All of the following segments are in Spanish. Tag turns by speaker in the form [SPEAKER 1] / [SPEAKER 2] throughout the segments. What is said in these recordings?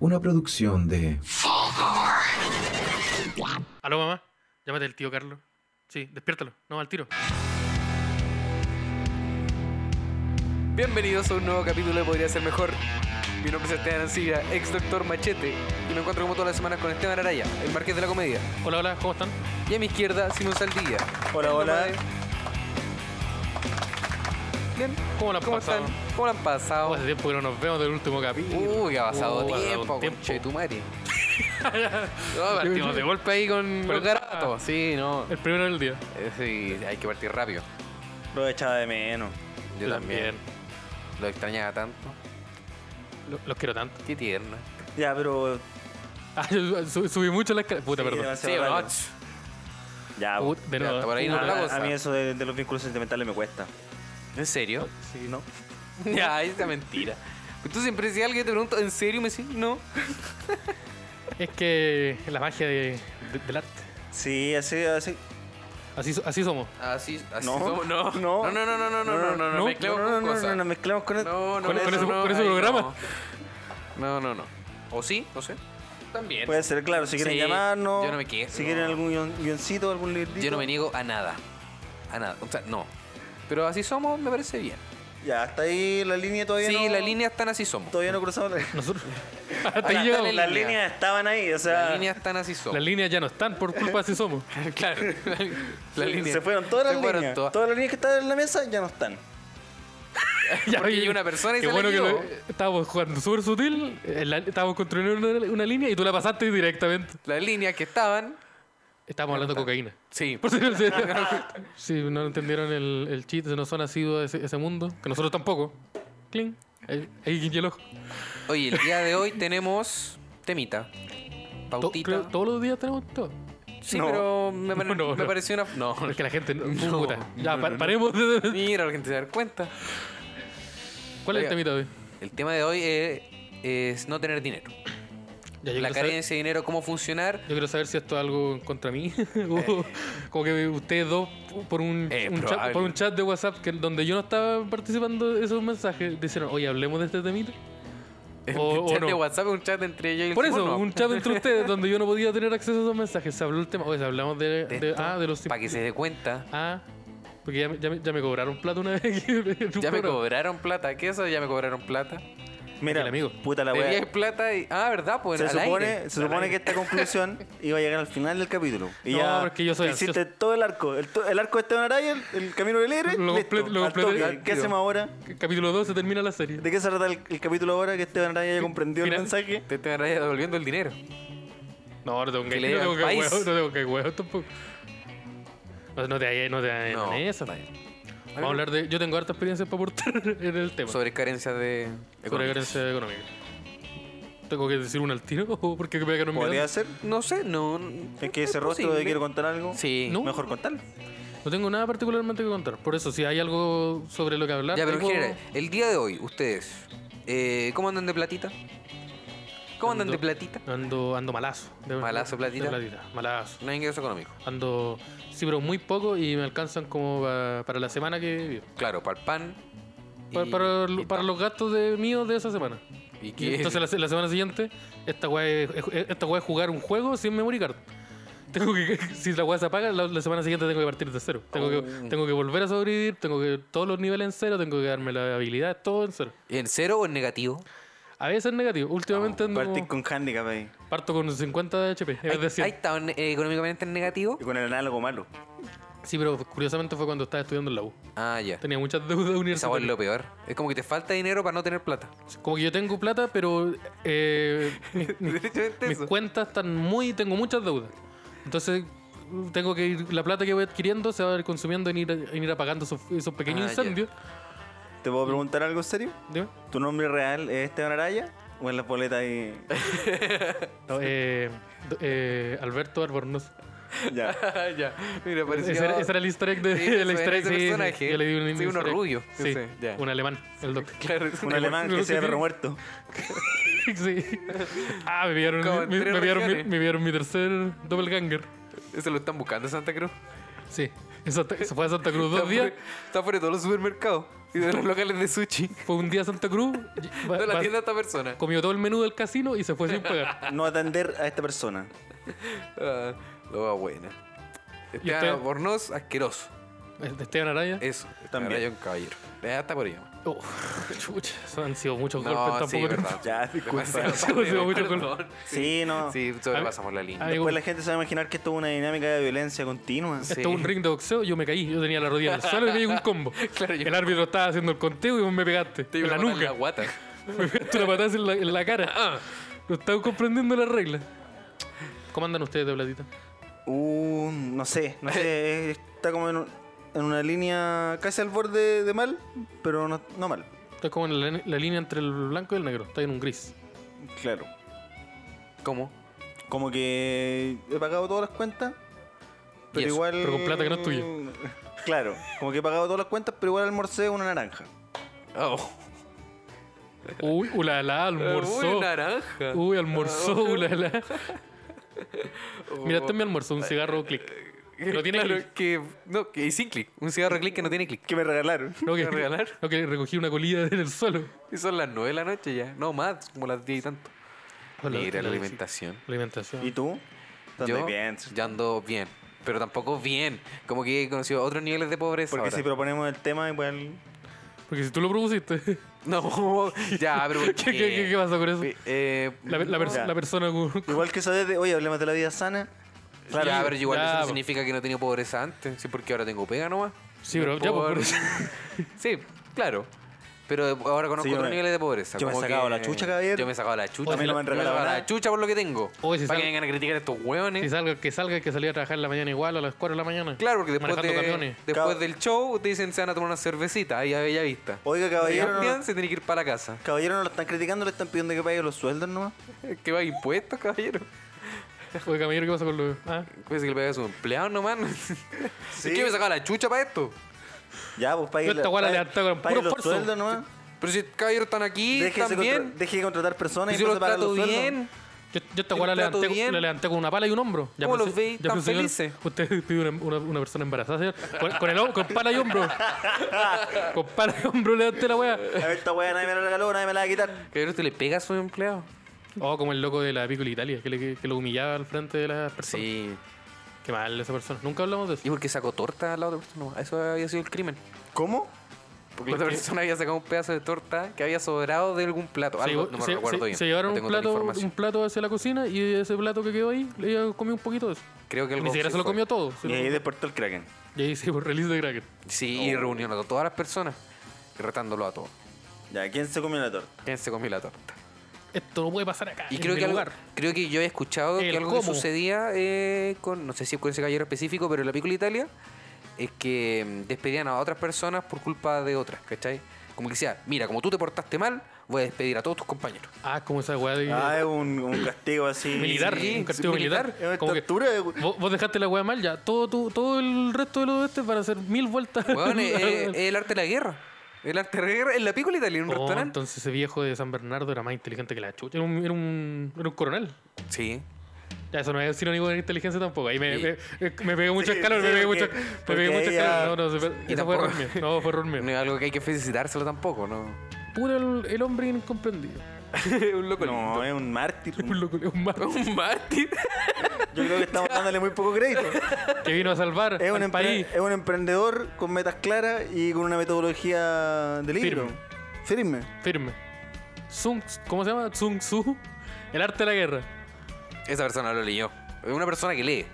[SPEAKER 1] Una producción de...
[SPEAKER 2] Aló, mamá. Llámate el tío Carlos. Sí, despiértalo. No, al tiro.
[SPEAKER 3] Bienvenidos a un nuevo capítulo de Podría Ser Mejor. Mi nombre es Esteban Ancilla, ex doctor Machete, y me encuentro como todas las semanas con Esteban Araya, el marqués de la comedia.
[SPEAKER 2] Hola, hola, ¿cómo están?
[SPEAKER 3] Y a mi izquierda, Simón Saldía.
[SPEAKER 4] Hola,
[SPEAKER 3] El
[SPEAKER 4] hola.
[SPEAKER 3] nomade. Bien,
[SPEAKER 2] ¿Cómo la han
[SPEAKER 3] ¿cómo
[SPEAKER 2] pasado?
[SPEAKER 3] están? ¿Cómo la han pasado?
[SPEAKER 2] Hace tiempo que no nos vemos del último capítulo.
[SPEAKER 3] Uy, que ha pasado
[SPEAKER 2] Oh, ha pasado
[SPEAKER 3] tiempo,
[SPEAKER 2] un tiempo.
[SPEAKER 3] conche tu madre. No, partimos de golpe ahí con
[SPEAKER 2] Pero-
[SPEAKER 3] los garatos. Sí, no.
[SPEAKER 2] El primero del día.
[SPEAKER 3] Eh, Sí, hay que partir rápido.
[SPEAKER 4] Lo echaba de menos.
[SPEAKER 3] Yo también. Lo extrañaba tanto.
[SPEAKER 2] también. Lo- los quiero tanto.
[SPEAKER 3] Qué tierno.
[SPEAKER 4] Ya, pero.
[SPEAKER 2] Ah, yo su- subí mucho la escalera. Puta,
[SPEAKER 4] sí,
[SPEAKER 2] perdón.
[SPEAKER 4] demasiado
[SPEAKER 3] Sí,
[SPEAKER 4] rápido.
[SPEAKER 3] no,
[SPEAKER 4] Ya,
[SPEAKER 2] Puta, de
[SPEAKER 3] Ya,
[SPEAKER 2] nuevo.
[SPEAKER 3] está por ahí
[SPEAKER 4] a-
[SPEAKER 3] no la
[SPEAKER 4] a-
[SPEAKER 3] cosa.
[SPEAKER 4] a mí eso de, de los vínculos sentimentales me cuesta.
[SPEAKER 3] ¿En serio?
[SPEAKER 4] Sí, ¿no?
[SPEAKER 3] Ya, esa mentira. Tú siempre si alguien te pregunta, ¿en serio? Me decís, no.
[SPEAKER 2] Es que es la magia de- de- del arte.
[SPEAKER 4] Sí, así, así.
[SPEAKER 2] Así, so- así somos.
[SPEAKER 3] Así, Ah, así
[SPEAKER 4] No,
[SPEAKER 3] somos, no.
[SPEAKER 4] no.
[SPEAKER 3] no, no, no, no, no, no, no,
[SPEAKER 2] no,
[SPEAKER 3] no, mezclemos
[SPEAKER 4] no, no,
[SPEAKER 3] con
[SPEAKER 4] no, no,
[SPEAKER 3] cosas.
[SPEAKER 4] no, mezclamos con.
[SPEAKER 3] No, no,
[SPEAKER 2] con- con
[SPEAKER 3] eso
[SPEAKER 2] ese-
[SPEAKER 3] no,
[SPEAKER 2] con ese
[SPEAKER 3] ahí
[SPEAKER 2] programa.
[SPEAKER 3] No. no, no, no. O sí, no sé. También.
[SPEAKER 4] Puede ser, claro, si quieren
[SPEAKER 3] Sí,
[SPEAKER 4] llamarnos.
[SPEAKER 3] yo no me quejo.
[SPEAKER 4] Si quieren algún guion- guioncito, algún librito.
[SPEAKER 3] Yo no me niego a nada. A nada. O sea, no. Pero así somos, me parece bien.
[SPEAKER 4] Ya, hasta ahí la línea todavía.
[SPEAKER 3] sí,
[SPEAKER 4] no,
[SPEAKER 3] las líneas están así somos.
[SPEAKER 4] Todavía no cruzamos la.
[SPEAKER 2] Nosotros. Hasta ahí
[SPEAKER 4] Ahora,
[SPEAKER 2] llegamos.
[SPEAKER 3] dale
[SPEAKER 4] las
[SPEAKER 3] línea.
[SPEAKER 4] líneas estaban ahí, o sea.
[SPEAKER 3] Las líneas están así
[SPEAKER 2] Las
[SPEAKER 3] somos.
[SPEAKER 2] líneas ya no están por culpa de así somos.
[SPEAKER 3] claro. las líneas.
[SPEAKER 4] Se fueron todas
[SPEAKER 3] Se
[SPEAKER 4] las
[SPEAKER 3] fueron
[SPEAKER 4] líneas.
[SPEAKER 3] todas.
[SPEAKER 4] Todas. las líneas que estaban en la mesa ya no están.
[SPEAKER 2] Ya,
[SPEAKER 3] Porque
[SPEAKER 2] oye,
[SPEAKER 3] llegó una persona y
[SPEAKER 2] qué
[SPEAKER 3] se la
[SPEAKER 2] bueno que
[SPEAKER 3] llevó.
[SPEAKER 2] lo- estábamos jugando súper sutil. eh, la- estábamos construyendo una, una línea y tú la pasaste directamente.
[SPEAKER 3] Las líneas que estaban.
[SPEAKER 2] Estábamos hablando de cocaína.
[SPEAKER 3] Sí.
[SPEAKER 2] Por si no, se- si no entendieron el, el chiste, no son asiduos a ese, ese mundo, que nosotros tampoco. Cling. Ahí, ahí guiñé el ojo.
[SPEAKER 3] Oye, el día de hoy tenemos temita.
[SPEAKER 2] To-
[SPEAKER 3] Pautita.
[SPEAKER 2] creo- todos los días tenemos todo.
[SPEAKER 3] Sí,
[SPEAKER 4] No.
[SPEAKER 3] pero me, pare-
[SPEAKER 2] No, no,
[SPEAKER 3] me
[SPEAKER 2] no.
[SPEAKER 3] pareció una. No,
[SPEAKER 2] Porque la gente. no-
[SPEAKER 3] No,
[SPEAKER 2] puta. Ya,
[SPEAKER 3] no,
[SPEAKER 2] pa-
[SPEAKER 3] no, no.
[SPEAKER 2] paremos. de- de- de-
[SPEAKER 3] mira, la gente se da cuenta.
[SPEAKER 2] ¿Cuál es el
[SPEAKER 3] Oiga.
[SPEAKER 2] temita de hoy?
[SPEAKER 3] El tema de hoy es, es no tener dinero.
[SPEAKER 2] Ya, yo, quiero
[SPEAKER 3] la
[SPEAKER 2] saber,
[SPEAKER 3] carencia de dinero, cómo funcionar.
[SPEAKER 2] yo quiero saber si esto es algo en contra mí. o, como que ustedes dos, por un,
[SPEAKER 3] Eh,
[SPEAKER 2] un chat,
[SPEAKER 3] probable.
[SPEAKER 2] por un chat de WhatsApp que, donde yo no estaba participando de esos mensajes, dijeron, oye, hablemos de este temita. O-
[SPEAKER 3] un
[SPEAKER 2] o
[SPEAKER 3] chat de
[SPEAKER 2] no.
[SPEAKER 3] WhatsApp es un chat entre ellos y el
[SPEAKER 2] Por eso,
[SPEAKER 3] Simón, ¿no?
[SPEAKER 2] un chat entre ustedes donde yo no podía tener acceso a esos mensajes. Se habló el tema. Oye, hablamos de,
[SPEAKER 3] De
[SPEAKER 2] de-
[SPEAKER 3] esto,
[SPEAKER 2] ah, de los
[SPEAKER 3] Para que se dé cuenta.
[SPEAKER 2] Ah, porque ya, me- ya, me- ya me cobraron plata una vez. que- en un
[SPEAKER 3] Ya me
[SPEAKER 2] programa.
[SPEAKER 3] cobraron plata. ¿Qué es eso? Ya me cobraron plata.
[SPEAKER 4] Mira,
[SPEAKER 2] el amigo.
[SPEAKER 4] puta la
[SPEAKER 3] Debía
[SPEAKER 4] wea.
[SPEAKER 3] ir plata y. Ah, ¿verdad? Pues
[SPEAKER 4] Se
[SPEAKER 3] al
[SPEAKER 4] supone,
[SPEAKER 3] aire.
[SPEAKER 4] se supone que esta conclusión iba a llegar al final del capítulo. Y
[SPEAKER 2] No,
[SPEAKER 4] ya
[SPEAKER 2] pero es que yo soy
[SPEAKER 4] hiciste todo el arco. El, to- el arco de Esteban Araya, el, el camino del héroe.
[SPEAKER 2] Lo
[SPEAKER 4] listo,
[SPEAKER 2] complet- lo
[SPEAKER 4] al
[SPEAKER 2] completé-
[SPEAKER 4] toque. ¿Qué hacemos ahora?
[SPEAKER 2] Capítulo 2 se termina la serie.
[SPEAKER 4] ¿De qué se trata el, el capítulo ahora que Esteban Araya ya comprendió el
[SPEAKER 2] Final.
[SPEAKER 4] mensaje?
[SPEAKER 3] Te te van devolviendo el dinero.
[SPEAKER 2] No, no tengo que
[SPEAKER 3] Que
[SPEAKER 2] no
[SPEAKER 3] le diga
[SPEAKER 2] tengo
[SPEAKER 3] al
[SPEAKER 2] que
[SPEAKER 3] país.
[SPEAKER 2] huevo, no tengo que huevo tampoco. No, no te halles, no te halles
[SPEAKER 3] No,
[SPEAKER 2] Eh, en esa.
[SPEAKER 3] está
[SPEAKER 2] Vamos a hablar de. Yo tengo harta experiencia para aportar en el tema.
[SPEAKER 3] Sobre carencias de.
[SPEAKER 2] Sobre carencia económica. ¿Tengo que decir un al tiro? ¿O porque me quedaron
[SPEAKER 4] ¿Podría
[SPEAKER 2] mirando?
[SPEAKER 4] ser?
[SPEAKER 3] No sé, no.
[SPEAKER 4] Es que ese rostro
[SPEAKER 3] posible.
[SPEAKER 4] de quiero contar algo.
[SPEAKER 3] Sí.
[SPEAKER 2] No.
[SPEAKER 4] Mejor contarlo.
[SPEAKER 2] No tengo nada particularmente que contar. Por eso, si hay algo sobre lo que hablar.
[SPEAKER 3] Ya, pero en
[SPEAKER 2] tengo-
[SPEAKER 3] general, el día de hoy, ustedes, eh, ¿cómo andan de platita? ¿Cómo andan de
[SPEAKER 2] Ando-
[SPEAKER 3] platita?
[SPEAKER 2] Ando, ando malazo. de-
[SPEAKER 3] ¿Malazo,
[SPEAKER 2] de-
[SPEAKER 3] platita?
[SPEAKER 2] de platita. Malazo.
[SPEAKER 3] No hay ingreso económico.
[SPEAKER 2] Ando. Sí, pero muy poco y me alcanzan como pa- para la semana que vivo.
[SPEAKER 3] Claro, para el pan. y-
[SPEAKER 2] Pa- para,
[SPEAKER 3] y
[SPEAKER 2] lo- para
[SPEAKER 3] pan.
[SPEAKER 2] los gastos de míos de esa semana.
[SPEAKER 3] ¿Y
[SPEAKER 2] Y
[SPEAKER 3] qué?
[SPEAKER 2] entonces la, se- la semana siguiente, esta weá es, es- esta weá es jugar un juego sin memory card. Tengo que, si la weá se apaga, la, la semana siguiente tengo que partir de cero. Tengo, que,
[SPEAKER 3] Oh.
[SPEAKER 2] tengo que volver a sobrevivir, tengo que todos los niveles en cero, tengo que darme la habilidad, todo en cero.
[SPEAKER 3] ¿En cero o en negativo?
[SPEAKER 2] A veces es negativo,
[SPEAKER 3] Oh,
[SPEAKER 2] últimamente ando-
[SPEAKER 4] Partir con handicap ahí.
[SPEAKER 2] parto con 50 de HP,
[SPEAKER 3] ¿Hay,
[SPEAKER 2] es decir.
[SPEAKER 3] hay estado en- eh, económicamente en negativo?
[SPEAKER 4] Y con el análogo malo.
[SPEAKER 2] Sí, pero curiosamente fue cuando estaba estudiando en la U.
[SPEAKER 3] Ah, ya.
[SPEAKER 2] Tenía muchas deudas
[SPEAKER 3] Esa hueá es
[SPEAKER 2] universitarias.
[SPEAKER 3] lo peor. Es como que te falta dinero para no tener plata.
[SPEAKER 2] Como que yo tengo plata, pero eh, mis- mis-
[SPEAKER 3] Derechamente
[SPEAKER 2] mis
[SPEAKER 3] eso.
[SPEAKER 2] cuentas están muy. Tengo muchas deudas. Entonces, tengo que ir. La plata que voy adquiriendo se va a ir consumiendo en ir, en ir apagando esos, esos pequeños
[SPEAKER 3] Ah, ya.
[SPEAKER 2] incendios.
[SPEAKER 4] ¿Te
[SPEAKER 2] Mm.
[SPEAKER 4] puedo preguntar algo serio?
[SPEAKER 2] Dime.
[SPEAKER 4] ¿Tu nombre real es Esteban Araya? ¿O en las boletas ahí?
[SPEAKER 2] Eh, d- eh, Alberto Albornoz.
[SPEAKER 4] ya.
[SPEAKER 3] Ah, ya. Mira,
[SPEAKER 2] Ese
[SPEAKER 3] parecía...
[SPEAKER 2] era, ese era el easter egg de
[SPEAKER 3] Sí,
[SPEAKER 2] el
[SPEAKER 3] ese
[SPEAKER 2] easter egg,
[SPEAKER 3] era ese
[SPEAKER 2] sí, sí.
[SPEAKER 3] personaje.
[SPEAKER 2] Yo le di un
[SPEAKER 3] Sí, un
[SPEAKER 2] easter egg.
[SPEAKER 3] orgullo.
[SPEAKER 2] Sí,
[SPEAKER 3] Ese, ya.
[SPEAKER 2] un alemán, el doc.
[SPEAKER 3] Claro.
[SPEAKER 4] Un alemán que se ha remuerto.
[SPEAKER 2] sí. Ah, me vieron,
[SPEAKER 3] Como en
[SPEAKER 2] me,
[SPEAKER 3] tres
[SPEAKER 2] me vieron mi,
[SPEAKER 3] regiones.
[SPEAKER 2] me vieron mi tercer doppelganger.
[SPEAKER 3] Ese lo están buscando en Santa Cruz.
[SPEAKER 2] Sí. Eso, se fue a Santa Cruz
[SPEAKER 3] Está
[SPEAKER 2] dos días.
[SPEAKER 3] fuera- Está fuera de todos los supermercados. y de los locales de sushi.
[SPEAKER 2] Fue un día a Santa Cruz, va-
[SPEAKER 3] De la
[SPEAKER 2] va-
[SPEAKER 3] tienda de esta persona.
[SPEAKER 2] comió todo el menú del casino y se fue sin pagar.
[SPEAKER 4] No atender a esta persona.
[SPEAKER 3] Ah, lo va buena.
[SPEAKER 2] ¿Y
[SPEAKER 3] Esteban
[SPEAKER 2] usted?
[SPEAKER 3] Bornoz, asqueroso.
[SPEAKER 2] De Esteban Araya.
[SPEAKER 3] Eso.
[SPEAKER 4] También.
[SPEAKER 3] También. Era un caballero. Le da hasta por ello.
[SPEAKER 2] Oh, chucha, eso han sido muchos
[SPEAKER 3] No,
[SPEAKER 2] golpes
[SPEAKER 3] sí,
[SPEAKER 2] tampoco. te-
[SPEAKER 3] verdad.
[SPEAKER 4] Ya, disculpa.
[SPEAKER 3] Demasiado
[SPEAKER 2] Sí,
[SPEAKER 3] tarde,
[SPEAKER 2] sí, mucho
[SPEAKER 3] perdón.
[SPEAKER 4] Sí, no.
[SPEAKER 3] Sí, sobrepasamos la línea.
[SPEAKER 2] Amigo,
[SPEAKER 4] Después la gente se va a imaginar que esto es una dinámica de violencia continua.
[SPEAKER 3] Sí.
[SPEAKER 2] Esto es un ring de boxeo, yo me caí, yo tenía la rodilla en el suelo y me llegó un combo.
[SPEAKER 3] Claro, yo-
[SPEAKER 2] el árbitro estaba haciendo el conteo y vos me pegaste.
[SPEAKER 3] Te
[SPEAKER 2] en
[SPEAKER 3] iba
[SPEAKER 2] la
[SPEAKER 3] a matar en la
[SPEAKER 2] nuca.
[SPEAKER 3] guata.
[SPEAKER 2] Me pegaste una patada en la, en la cara. Ah, no estaba comprendiendo las reglas. ¿Cómo andan ustedes de platita?
[SPEAKER 4] Uh, no sé, no sé. Está como en, un- en una línea casi al borde de mal, pero no, no mal.
[SPEAKER 2] Estoy como en la, la línea entre el blanco y el negro. Estoy en un gris.
[SPEAKER 4] Claro.
[SPEAKER 3] ¿Cómo?
[SPEAKER 4] Como que he pagado todas las cuentas, pero
[SPEAKER 3] Y eso,
[SPEAKER 4] igual.
[SPEAKER 2] pero con plata que no es tuya.
[SPEAKER 4] Claro, como que he pagado todas las cuentas, pero igual almorcé una naranja.
[SPEAKER 3] Oh.
[SPEAKER 2] Uy, ulala, almorzó.
[SPEAKER 3] Uy, naranja.
[SPEAKER 2] Uy, almorzó,
[SPEAKER 3] Ah,
[SPEAKER 2] ulala. Mira, este es mi almuerzo, un cigarro clic. Que no tiene
[SPEAKER 3] Oh. Claro,
[SPEAKER 2] clic.
[SPEAKER 3] que. No, que y sin clic. Un cigarro clic que no tiene clic.
[SPEAKER 4] Que me regalaron.
[SPEAKER 2] No, que,
[SPEAKER 3] ¿Te voy a regalar?
[SPEAKER 2] no, que recogí una colilla del suelo.
[SPEAKER 3] Y son las 9 de la noche ya. No, más, como las 10 y tanto.
[SPEAKER 2] Hola,
[SPEAKER 3] Mira
[SPEAKER 2] hola,
[SPEAKER 3] la
[SPEAKER 2] sí.
[SPEAKER 3] alimentación.
[SPEAKER 2] Alimentación.
[SPEAKER 4] ¿Y tú? ¿Dónde
[SPEAKER 3] Yo
[SPEAKER 4] bien?
[SPEAKER 3] ya ando bien. Pero tampoco bien. Como que he conocido otros niveles de pobreza.
[SPEAKER 4] Porque
[SPEAKER 3] ahora.
[SPEAKER 4] si proponemos el tema, igual.
[SPEAKER 2] Porque si tú lo propusiste, ¿qué,
[SPEAKER 3] No, ya, pero. ¿por
[SPEAKER 2] qué, qué, qué pasó con eso?
[SPEAKER 3] Eh,
[SPEAKER 2] La, la, pers-
[SPEAKER 4] Ya.
[SPEAKER 2] la persona con-
[SPEAKER 4] Igual que sabes de, oye, hablemos de la vida sana.
[SPEAKER 3] Claro, ya, pero igual
[SPEAKER 2] ya,
[SPEAKER 3] eso no
[SPEAKER 2] po.
[SPEAKER 3] significa que no he tenido pobreza antes, sí, porque ahora tengo pega nomás.
[SPEAKER 2] Sí,
[SPEAKER 3] No
[SPEAKER 2] pero ya,
[SPEAKER 3] puedo
[SPEAKER 2] pues,
[SPEAKER 3] dar- Sí, claro. Pero ahora conozco
[SPEAKER 4] yo
[SPEAKER 3] otros
[SPEAKER 4] me-
[SPEAKER 3] niveles de pobreza.
[SPEAKER 4] yo me he
[SPEAKER 3] como
[SPEAKER 4] sacado
[SPEAKER 3] que-
[SPEAKER 4] la chucha, Javier.
[SPEAKER 3] Yo me he sacado la chucha.
[SPEAKER 4] A mí no me han
[SPEAKER 3] Yo he
[SPEAKER 4] regalado
[SPEAKER 3] sacado
[SPEAKER 4] nada.
[SPEAKER 3] la chucha por lo que tengo.
[SPEAKER 2] Oye, si
[SPEAKER 3] para
[SPEAKER 2] sal-
[SPEAKER 3] que vengan a criticar a estos
[SPEAKER 2] Si
[SPEAKER 3] hueones.
[SPEAKER 2] salga, que salga, que salía a trabajar en la mañana igual a las 4 de la mañana.
[SPEAKER 3] Claro, porque después,
[SPEAKER 2] Manejando
[SPEAKER 3] de-
[SPEAKER 2] camiones.
[SPEAKER 3] después
[SPEAKER 4] Cab-
[SPEAKER 3] del show te dicen se van a tomar una cervecita ahí a Bella Vista.
[SPEAKER 4] Oiga,
[SPEAKER 3] Si
[SPEAKER 4] caballero.
[SPEAKER 3] no
[SPEAKER 4] no-
[SPEAKER 3] pidan, se tiene que ir para la casa.
[SPEAKER 4] Caballero no lo están criticando, le están pidiendo que pague los sueldos nomás.
[SPEAKER 3] ¿Qué va impuestos, caballero?
[SPEAKER 2] Oye, caballero, ¿qué pasa con los.? Ah,
[SPEAKER 3] Pues que le pague a su empleado nomás.
[SPEAKER 4] Sí.
[SPEAKER 3] Es que me he sacado la chucha para esto.
[SPEAKER 4] Ya, pues pague,
[SPEAKER 2] Yo esta weá la
[SPEAKER 4] pague-
[SPEAKER 2] levanté con
[SPEAKER 4] pague
[SPEAKER 2] puro
[SPEAKER 4] los
[SPEAKER 2] esfuerzo.
[SPEAKER 4] sueldos nomás.
[SPEAKER 3] Pero si caballeros están aquí,
[SPEAKER 4] Déjese
[SPEAKER 3] también.
[SPEAKER 4] contra- deje de contratar personas
[SPEAKER 3] Pues
[SPEAKER 4] y
[SPEAKER 3] yo los
[SPEAKER 4] entonces pagar
[SPEAKER 3] trato
[SPEAKER 4] los sueldos. ¿no?
[SPEAKER 3] bien.
[SPEAKER 2] Yo, yo esta
[SPEAKER 3] Yo
[SPEAKER 2] weá la
[SPEAKER 3] los trato
[SPEAKER 2] levanté, con-
[SPEAKER 3] bien.
[SPEAKER 2] la levanté con una pala y un hombro. Ya,
[SPEAKER 3] ¿Cómo
[SPEAKER 2] pero
[SPEAKER 3] los
[SPEAKER 2] se-
[SPEAKER 3] veis
[SPEAKER 2] ya,
[SPEAKER 3] tan
[SPEAKER 2] pero señor,
[SPEAKER 3] felices?
[SPEAKER 2] Usted pide una, una, una persona embarazada, señor. Con, con el hom- con pala y hombro. con pala y hombro levanté la weá.
[SPEAKER 4] A ver, esta weá nadie me la regaló, nadie me la va a quitar.
[SPEAKER 3] Caballero, ¿usted le pega a su empleado?
[SPEAKER 2] Oh, como el loco de la Piccola Italia, que, le- que, que lo humillaba al frente de las personas.
[SPEAKER 3] Sí.
[SPEAKER 2] Qué mal esa persona. Nunca hablamos de eso.
[SPEAKER 3] ¿Y por qué sacó torta al lado de la otra persona? No, Eso había sido el crimen.
[SPEAKER 4] ¿Cómo?
[SPEAKER 3] Porque la otra persona había sacado un pedazo de torta que había sobrado de algún plato.
[SPEAKER 2] Se,
[SPEAKER 3] Algo,
[SPEAKER 2] llevó-
[SPEAKER 3] no me
[SPEAKER 2] se-
[SPEAKER 3] recuerdo
[SPEAKER 2] se-
[SPEAKER 3] bien.
[SPEAKER 2] se llevaron un
[SPEAKER 3] no tengo tanta
[SPEAKER 2] plato,
[SPEAKER 3] información.
[SPEAKER 2] un plato hacia la cocina y ese plato que quedó ahí, ella comió un poquito de eso.
[SPEAKER 3] Creo que algo
[SPEAKER 2] Ni siquiera
[SPEAKER 3] así
[SPEAKER 2] se lo
[SPEAKER 3] fue.
[SPEAKER 2] comió todo. se
[SPEAKER 4] Y
[SPEAKER 2] lo-
[SPEAKER 4] ahí despertó el Kraken.
[SPEAKER 2] Y ahí se por release de Kraken.
[SPEAKER 3] Sí,
[SPEAKER 2] Oh.
[SPEAKER 3] y reunión a todas las personas. y Retándolo a todos.
[SPEAKER 4] Ya, ¿quién se comió la torta?
[SPEAKER 3] ¿Quién se comió la torta?
[SPEAKER 2] Esto no puede pasar acá.
[SPEAKER 3] Y
[SPEAKER 2] en
[SPEAKER 3] creo
[SPEAKER 2] mi
[SPEAKER 3] que, algo,
[SPEAKER 2] lugar.
[SPEAKER 3] creo que yo he escuchado
[SPEAKER 2] El
[SPEAKER 3] que algo que
[SPEAKER 2] cómo.
[SPEAKER 3] sucedía eh, con, no sé si con ese caballero específico, pero en la Piccola Italia, es que mm, despedían a otras personas por culpa de otras, ¿cachai? Como que decía, mira, como tú te portaste mal, voy a despedir a todos tus compañeros.
[SPEAKER 2] Ah, como esa weá de.
[SPEAKER 4] Ah, es un, un castigo así.
[SPEAKER 2] militar.
[SPEAKER 3] sí,
[SPEAKER 2] un castigo
[SPEAKER 3] sí, militar.
[SPEAKER 2] militar.
[SPEAKER 4] Es una
[SPEAKER 2] Como que
[SPEAKER 4] tortura. de-
[SPEAKER 2] vos, vos dejaste la weá mal ya. Todo, tu- todo el resto de los este para hacer mil vueltas.
[SPEAKER 3] Weón, eh, es, es- es el arte de la guerra. El arte de la guerra en la Piccola Italia, en un
[SPEAKER 2] Oh,
[SPEAKER 3] restaurante.
[SPEAKER 2] entonces ese viejo de San Bernardo era más inteligente que la chucha. Era un, era un, era un coronel.
[SPEAKER 3] Sí.
[SPEAKER 2] Ya, eso no es sinónimo de inteligencia tampoco. Ahí me,
[SPEAKER 3] Y-
[SPEAKER 2] me, me pegué mucho
[SPEAKER 4] Sí,
[SPEAKER 2] escalón,
[SPEAKER 4] sí,
[SPEAKER 2] me pegué
[SPEAKER 4] porque-
[SPEAKER 2] mucho, me pegué
[SPEAKER 4] porque
[SPEAKER 2] mucho
[SPEAKER 4] ella-
[SPEAKER 2] escalón. No, no, se-
[SPEAKER 3] y
[SPEAKER 2] esa fue error
[SPEAKER 3] tampoco-
[SPEAKER 2] mío. No, fue error mío.
[SPEAKER 3] No es algo que hay que felicitárselo tampoco, ¿no?
[SPEAKER 2] Puro el, el hombre incomprendido.
[SPEAKER 3] un loco
[SPEAKER 4] No, es un mártir.
[SPEAKER 2] Un loco, un mar-
[SPEAKER 3] Un mártir.
[SPEAKER 4] Yo creo que estamos dándole muy poco crédito.
[SPEAKER 2] que vino a salvar
[SPEAKER 4] Es un,
[SPEAKER 2] al
[SPEAKER 4] empre-
[SPEAKER 2] país.
[SPEAKER 4] es un emprendedor con metas claras y con una metodología de libro. Firme.
[SPEAKER 2] Firme. Sun, ¿Cómo se llama? Sun Tzu. El arte de la guerra.
[SPEAKER 3] Esa persona lo leyó. Es una persona que lee.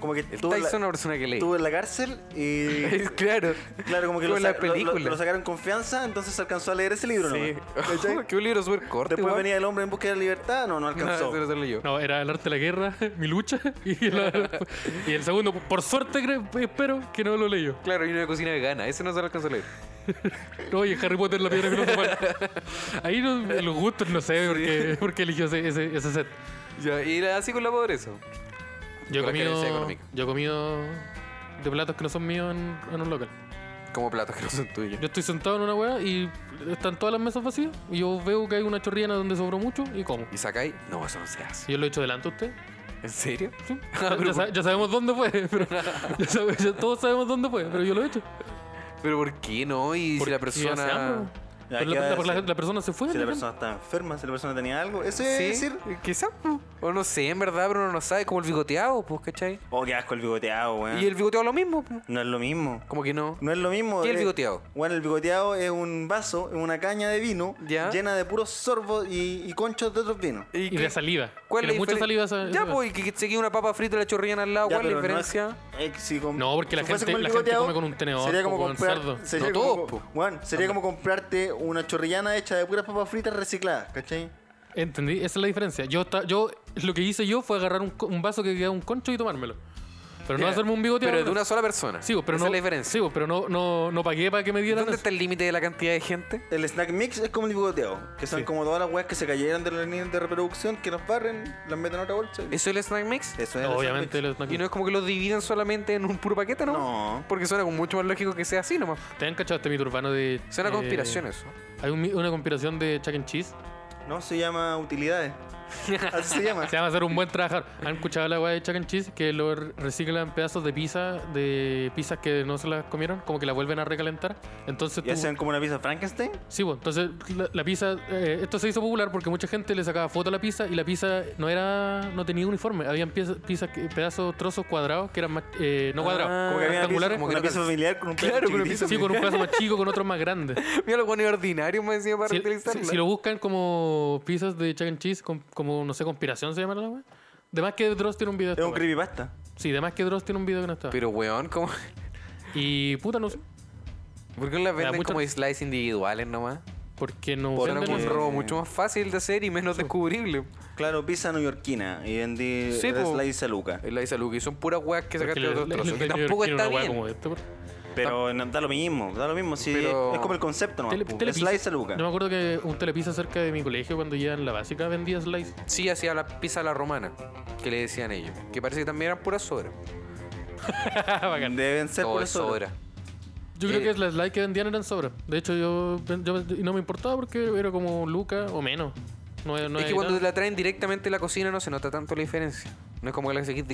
[SPEAKER 4] Como que
[SPEAKER 3] El
[SPEAKER 4] estuvo
[SPEAKER 3] Tyson
[SPEAKER 4] en,
[SPEAKER 3] es
[SPEAKER 4] la,
[SPEAKER 3] una persona que lee.
[SPEAKER 4] estuvo en la cárcel y.
[SPEAKER 3] Es claro.
[SPEAKER 4] Claro, como que
[SPEAKER 3] Como
[SPEAKER 4] lo,
[SPEAKER 3] en la
[SPEAKER 4] sa- lo- lo-
[SPEAKER 3] película.
[SPEAKER 4] lo sacaron confianza, entonces se alcanzó a leer ese libro
[SPEAKER 3] Sí.
[SPEAKER 4] nomás. ¿Cachai?
[SPEAKER 3] que un libro súper corto.
[SPEAKER 4] Después
[SPEAKER 3] weón. Ah,
[SPEAKER 4] venía el hombre en busca de la libertad, no, no
[SPEAKER 3] No,
[SPEAKER 4] alcanzó.
[SPEAKER 3] eso lo leyó.
[SPEAKER 2] No, era el arte de la guerra, mi lucha. Y, la- y el segundo, por suerte creo- espero que no lo leyó.
[SPEAKER 3] Claro, y una cocina vegana. Ese no se lo alcanzó a leer.
[SPEAKER 2] No, y Harry Potter la piedra filosofal. Ahí no- los gustos no sé por qué, por qué eligió ese, ese, ese set.
[SPEAKER 3] Ya, y la- así con la pobreza.
[SPEAKER 2] Yo he
[SPEAKER 3] Con la
[SPEAKER 2] comido,
[SPEAKER 3] carencia económica.
[SPEAKER 2] yo he comido de platos que no son míos en, en un local.
[SPEAKER 3] Como platos que no son tuyos.
[SPEAKER 2] Yo estoy sentado en una weá y están todas las mesas vacías. Y yo veo que hay una chorriana donde sobró mucho y como.
[SPEAKER 3] Y sacáis. No, eso no se hace.
[SPEAKER 2] Y yo lo he hecho delante a usted.
[SPEAKER 3] ¿En serio?
[SPEAKER 2] Sí. Ya, ya sa- ya sabemos dónde fue, pero ya sabe- ya todos sabemos dónde fue, pero yo lo he hecho.
[SPEAKER 3] Pero ¿por qué no? Y si
[SPEAKER 2] Porque
[SPEAKER 3] la
[SPEAKER 2] hace hambre.
[SPEAKER 3] persona...
[SPEAKER 2] Pero
[SPEAKER 4] ¿qué va a
[SPEAKER 2] la, la- la-
[SPEAKER 4] decir?
[SPEAKER 2] la persona se fue.
[SPEAKER 4] Si la
[SPEAKER 2] Alejandro.
[SPEAKER 4] persona estaba enferma, si la persona tenía algo. Eso es decir.
[SPEAKER 3] quizás. po. O no sé, en verdad, pero uno no sabe, como el bigoteado, pues, ¿cachai?
[SPEAKER 4] Oh, qué asco el bigoteado, weón.
[SPEAKER 3] Y el bigoteado lo mismo, po.
[SPEAKER 4] No es lo mismo.
[SPEAKER 3] como que no.
[SPEAKER 4] Ah. No es lo mismo.
[SPEAKER 3] ¿Qué es el
[SPEAKER 4] eh,
[SPEAKER 3] bigoteado?
[SPEAKER 4] Bueno, el bigoteado es un vaso, es una caña de vino
[SPEAKER 3] Ya.
[SPEAKER 4] llena de puros sorbos y, y conchos de otros vinos.
[SPEAKER 2] Y
[SPEAKER 3] qué-
[SPEAKER 2] de saliva.
[SPEAKER 3] ¿Cuál es
[SPEAKER 2] Tiene
[SPEAKER 3] la
[SPEAKER 2] mucha saliva.
[SPEAKER 3] diferen-
[SPEAKER 2] esa-
[SPEAKER 3] Ya,
[SPEAKER 2] esa-
[SPEAKER 3] pues, y que se quede una papa frita y la chorrillan al lado,
[SPEAKER 4] Ya,
[SPEAKER 3] ¿cuál es la
[SPEAKER 4] pero no es-
[SPEAKER 3] diferencia?
[SPEAKER 4] eh, si com-
[SPEAKER 2] No, porque la
[SPEAKER 4] si fuese
[SPEAKER 2] gente-
[SPEAKER 4] como el
[SPEAKER 2] la gente
[SPEAKER 4] bigoteado,
[SPEAKER 2] come con un tenedor,
[SPEAKER 4] Sería
[SPEAKER 2] po,
[SPEAKER 4] como
[SPEAKER 2] con
[SPEAKER 4] comprar,
[SPEAKER 2] cerdo.
[SPEAKER 4] Sería,
[SPEAKER 3] No
[SPEAKER 4] como,
[SPEAKER 3] todos, po.
[SPEAKER 4] Juan, sería como comprarte una chorrillana hecha de puras papas fritas recicladas, ¿cachai?
[SPEAKER 2] Entendí, esa es la diferencia. Yo, esta- yo lo que hice yo fue agarrar un, co- un vaso que quedaba un concho y tomármelo. Pero no
[SPEAKER 4] Ya,
[SPEAKER 2] hacerme un bigoteado.
[SPEAKER 3] Pero de una sola persona.
[SPEAKER 2] Sí, pues, pero
[SPEAKER 3] Esa
[SPEAKER 2] no,
[SPEAKER 3] es la diferencia.
[SPEAKER 2] sí, pero no, no, no pagué para que me dieran
[SPEAKER 3] ¿Dónde
[SPEAKER 2] eso.
[SPEAKER 3] está el límite de la cantidad de gente?
[SPEAKER 4] El snack mix es como el bigoteado, que son
[SPEAKER 2] Sí.
[SPEAKER 4] como todas las weas que se cayeron de la línea de reproducción, que nos barren, las meten en otra bolsa. y-
[SPEAKER 3] ¿Eso es el snack mix?
[SPEAKER 4] Eso es el
[SPEAKER 2] Obviamente,
[SPEAKER 4] snack
[SPEAKER 2] los snack
[SPEAKER 3] Y no es como que los dividan solamente en un puro paquete, ¿no?
[SPEAKER 4] No.
[SPEAKER 3] Porque suena como mucho más lógico que sea así nomás.
[SPEAKER 2] ¿Te han cachado este mito urbano de.
[SPEAKER 3] Suena
[SPEAKER 2] eh,
[SPEAKER 3] a conspiración eso.
[SPEAKER 2] Hay un mi- una conspiración de Chuck and Cheese.
[SPEAKER 4] mix. No, se llama utilidades. Así se llama.
[SPEAKER 2] Se llama ser un buen trabajar. ¿Han escuchado la weá de Chuck and Cheese? Que lo re- reciclan pedazos de pizza, de pizzas que no se las comieron, como que la vuelven a recalentar. Entonces
[SPEAKER 4] ¿Ya
[SPEAKER 2] tú-
[SPEAKER 4] sean como una pizza Frankenstein?
[SPEAKER 2] Sí, pues, entonces la, la pizza, eh, esto se hizo popular porque mucha gente le sacaba foto a la pizza y la pizza no era, no tenía uniforme. Habían piezas, piezas que- pedazos, trozos cuadrados que eran más, eh, no cuadrados,
[SPEAKER 4] Como que había una pizza,
[SPEAKER 2] rectangulares.
[SPEAKER 4] como
[SPEAKER 3] Ah, que
[SPEAKER 4] una
[SPEAKER 3] no
[SPEAKER 4] pizza
[SPEAKER 3] calza.
[SPEAKER 4] familiar con un
[SPEAKER 3] Claro,
[SPEAKER 4] pedazo
[SPEAKER 3] con una
[SPEAKER 4] chiquitito.
[SPEAKER 3] pizza
[SPEAKER 2] Sí, con un pedazo más chico, con otro más grande.
[SPEAKER 3] Mira lo bueno y ordinario me decía para
[SPEAKER 2] Si,
[SPEAKER 3] utilizarla.
[SPEAKER 2] si- si lo buscan como pizzas de Chuck and Cheese, com- como, no sé, conspiración se llama la weá. De más que Dross tiene un video. de
[SPEAKER 4] Es un
[SPEAKER 2] esta weá.
[SPEAKER 4] creepypasta.
[SPEAKER 2] Sí, de más que Dross tiene un video que no está.
[SPEAKER 3] Pero weón, ¿cómo?
[SPEAKER 2] Y puta, no sé.
[SPEAKER 3] ¿por qué no las
[SPEAKER 2] Me da
[SPEAKER 3] venden
[SPEAKER 2] mucha-
[SPEAKER 3] como slices individuales nomás?
[SPEAKER 2] ¿Por qué no
[SPEAKER 4] Por
[SPEAKER 3] Suena
[SPEAKER 2] venden
[SPEAKER 3] como un
[SPEAKER 4] que-
[SPEAKER 2] eso?
[SPEAKER 3] robo mucho más fácil de hacer y menos descubrible.
[SPEAKER 4] Claro, pizza neoyorquina. Y vendí
[SPEAKER 3] Sí,
[SPEAKER 4] el
[SPEAKER 3] po.
[SPEAKER 4] slice a Luca.
[SPEAKER 3] El Liza Luke, y son puras weas que
[SPEAKER 2] Porque
[SPEAKER 3] sacaste de
[SPEAKER 2] le-
[SPEAKER 3] otros
[SPEAKER 2] le-
[SPEAKER 3] trozos.
[SPEAKER 2] le-
[SPEAKER 3] Que
[SPEAKER 2] le-
[SPEAKER 3] tampoco
[SPEAKER 2] tiene una
[SPEAKER 3] está
[SPEAKER 2] weá
[SPEAKER 3] bien.
[SPEAKER 2] como esto, por-
[SPEAKER 4] Pero no, da lo mismo, da lo mismo. Sí,
[SPEAKER 3] Ah. Pero-
[SPEAKER 4] Es como el concepto, ¿no?
[SPEAKER 2] Tele- Telepizza.
[SPEAKER 4] Slice a Luca.
[SPEAKER 2] Yo me acuerdo que un telepizza cerca de mi colegio cuando ya en la básica vendía slice.
[SPEAKER 3] Sí, hacía la pizza a la romana, que le decían ellos. Que parece que también eran puras sobras.
[SPEAKER 2] Bacán.
[SPEAKER 4] Deben ser
[SPEAKER 3] Todo
[SPEAKER 4] por
[SPEAKER 3] es
[SPEAKER 4] eso.
[SPEAKER 3] sobra.
[SPEAKER 2] Yo creo que las slice que vendían eran sobra. De hecho, yo, yo- y no me importaba porque era como Luca o menos. No, no
[SPEAKER 3] es que
[SPEAKER 2] hay
[SPEAKER 3] cuando
[SPEAKER 2] nada.
[SPEAKER 3] te la traen directamente de la cocina no se nota tanto la diferencia. No es como que la saquís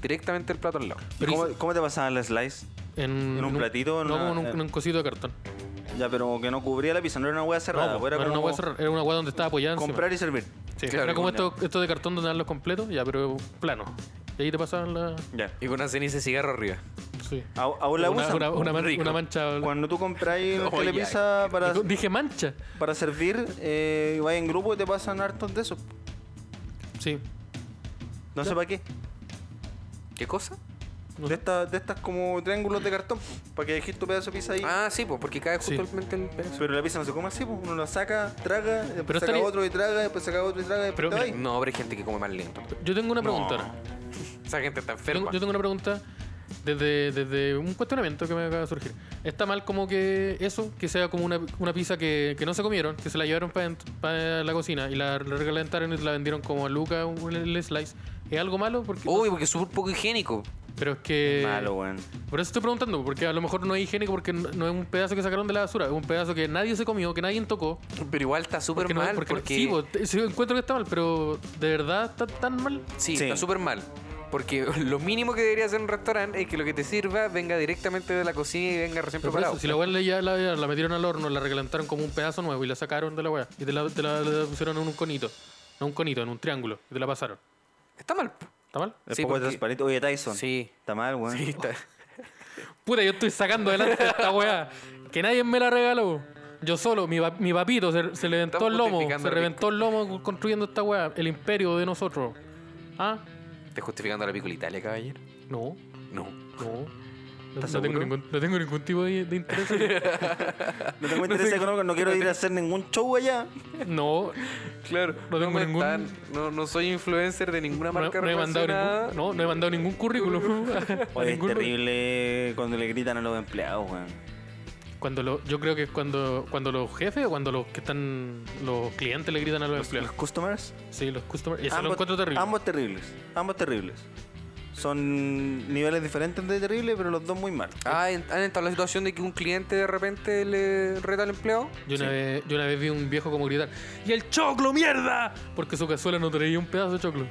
[SPEAKER 3] directamente el plato al lado.
[SPEAKER 4] ¿Y cómo, cómo te pasaba el slice?
[SPEAKER 2] en,
[SPEAKER 4] en un platito, en
[SPEAKER 2] No,
[SPEAKER 4] una-
[SPEAKER 2] como en un,
[SPEAKER 4] eh.
[SPEAKER 2] en un cosito de cartón.
[SPEAKER 4] Ya, pero que no cubría la pizza, no era una hueá cerrada.
[SPEAKER 2] no, po,
[SPEAKER 4] era
[SPEAKER 2] no era una
[SPEAKER 4] como
[SPEAKER 2] hueá cerrada, era una hueá donde estaba apoyada encima.
[SPEAKER 4] comprar y servir.
[SPEAKER 2] Sí,
[SPEAKER 3] Claro,
[SPEAKER 2] era como
[SPEAKER 4] como
[SPEAKER 2] esto, esto de cartón donde dan los completos, ya, pero plano. Y ahí te pasaban la...
[SPEAKER 4] Ya.
[SPEAKER 3] Y con una ceniza de cigarro arriba.
[SPEAKER 2] Sí.
[SPEAKER 4] A- Aún la
[SPEAKER 2] una,
[SPEAKER 4] usan.
[SPEAKER 2] una, una man-
[SPEAKER 3] rico.
[SPEAKER 2] una mancha...
[SPEAKER 4] Cuando tú compras la
[SPEAKER 3] Oye,
[SPEAKER 4] telepizza para,
[SPEAKER 2] Dijo- Dije mancha.
[SPEAKER 4] para servir, eh, y vas en grupo y te pasan hartos de esos.
[SPEAKER 2] Sí.
[SPEAKER 4] No sé para qué.
[SPEAKER 3] ¿Qué cosa?
[SPEAKER 2] No
[SPEAKER 4] De
[SPEAKER 2] sé.
[SPEAKER 4] estas, de estas como triángulos de cartón, para que dejes tu pedazo de pizza ahí.
[SPEAKER 3] Ah, sí, pues porque cae
[SPEAKER 2] Sí.
[SPEAKER 3] justamente el pedazo.
[SPEAKER 4] Pero la pizza no se come así, pues uno la saca, traga, después
[SPEAKER 2] Pero
[SPEAKER 4] saca
[SPEAKER 2] estaría-
[SPEAKER 4] otro y traga, después saca otro y traga, después
[SPEAKER 2] Pero
[SPEAKER 4] te va
[SPEAKER 2] mira,
[SPEAKER 4] ahí.
[SPEAKER 3] No, pero hay gente que come más lento.
[SPEAKER 2] Yo tengo una
[SPEAKER 4] No.
[SPEAKER 2] pregunta. ahora.
[SPEAKER 3] Esa gente está
[SPEAKER 2] Yo
[SPEAKER 3] enferma.
[SPEAKER 2] tengo, yo tengo una pregunta desde, desde un cuestionamiento que me acaba de surgir. ¿Está mal como que eso, que sea como una, una pizza que, que no se comieron, que se la llevaron para la cocina y la, la recalentaron y la vendieron como a Luca un- el slice? ¿Es algo malo? Porque,
[SPEAKER 3] Uy, porque es súper poco higiénico.
[SPEAKER 2] pero es que...
[SPEAKER 4] Uh, Malo, weón.
[SPEAKER 2] Por eso estoy preguntando, porque a lo mejor no es higiénico porque no, no es un pedazo que sacaron de la basura, es un pedazo que nadie se comió, que nadie tocó.
[SPEAKER 3] Pero igual está súper
[SPEAKER 2] que no-
[SPEAKER 3] mal
[SPEAKER 2] porque
[SPEAKER 3] porque...
[SPEAKER 2] no- sí, po, te- sí, encuentro que está mal, pero ¿de verdad está tan mal?
[SPEAKER 3] Sí,
[SPEAKER 4] Sí.
[SPEAKER 3] está súper mal. Porque lo mínimo que debería hacer un restaurante es que lo que te sirva venga directamente de la cocina y venga recién
[SPEAKER 2] Pero por
[SPEAKER 3] preparado.
[SPEAKER 2] eso, si la weá le- ya la, ya la metieron al horno, la recalentaron como un pedazo nuevo y la sacaron de la weá. Y te la, te la- la pusieron en un conito. No un conito, en un triángulo. Y te la pasaron.
[SPEAKER 3] Está mal. po.
[SPEAKER 2] ¿Está mal?
[SPEAKER 4] Es
[SPEAKER 3] Sí,
[SPEAKER 4] poco
[SPEAKER 3] porque-
[SPEAKER 4] transparente. Oye, Tyson.
[SPEAKER 3] Sí.
[SPEAKER 4] Está mal, weón.
[SPEAKER 3] Sí, está.
[SPEAKER 2] Puta, yo estoy sacando adelante esta weá. Que nadie me la regaló. Yo solo, mi, va- mi papito se, se le reventó
[SPEAKER 3] Estamos
[SPEAKER 2] el lomo.
[SPEAKER 3] justificando
[SPEAKER 2] Se
[SPEAKER 3] el
[SPEAKER 2] reventó el lomo construyendo esta weá. El imperio de nosotros. ¿Ah?
[SPEAKER 3] ¿Estás justificando la picola Italia, caballero?
[SPEAKER 2] No,
[SPEAKER 3] No.
[SPEAKER 2] no. No,
[SPEAKER 4] ¿Estás
[SPEAKER 2] no tengo
[SPEAKER 4] seguro?
[SPEAKER 2] ningún, no tengo ningún tipo de, de interés.
[SPEAKER 4] No tengo interés económico, no quiero ir a hacer ningún show allá.
[SPEAKER 2] no,
[SPEAKER 3] Claro.
[SPEAKER 2] No tengo
[SPEAKER 3] me
[SPEAKER 2] ningún-
[SPEAKER 3] están- no, no soy influencer de ninguna
[SPEAKER 2] no,
[SPEAKER 3] marca
[SPEAKER 2] no he mandado
[SPEAKER 3] relacionada.
[SPEAKER 2] ningún, no, no he mandado ningún currículum. A
[SPEAKER 4] Oye, es
[SPEAKER 2] ninguno.
[SPEAKER 4] terrible cuando le gritan a los empleados, weón.
[SPEAKER 2] Cuando lo, yo creo que es cuando, cuando los jefes o cuando los que están los clientes le gritan a los
[SPEAKER 4] Los
[SPEAKER 2] empleados.
[SPEAKER 4] customers.
[SPEAKER 2] Sí, los customers. Eso lo encuentro terrible.
[SPEAKER 4] Ambos terribles. Ambos terribles. Son niveles diferentes de terrible, pero los dos muy mal.
[SPEAKER 3] Ah, ¿en- ¿han estado en la situación de que un cliente de repente le reta al empleado?
[SPEAKER 2] Yo una, vez, yo una vez vi un viejo como gritar, ¡Y el choclo, mierda! Porque su cazuela no traía un pedazo de choclo.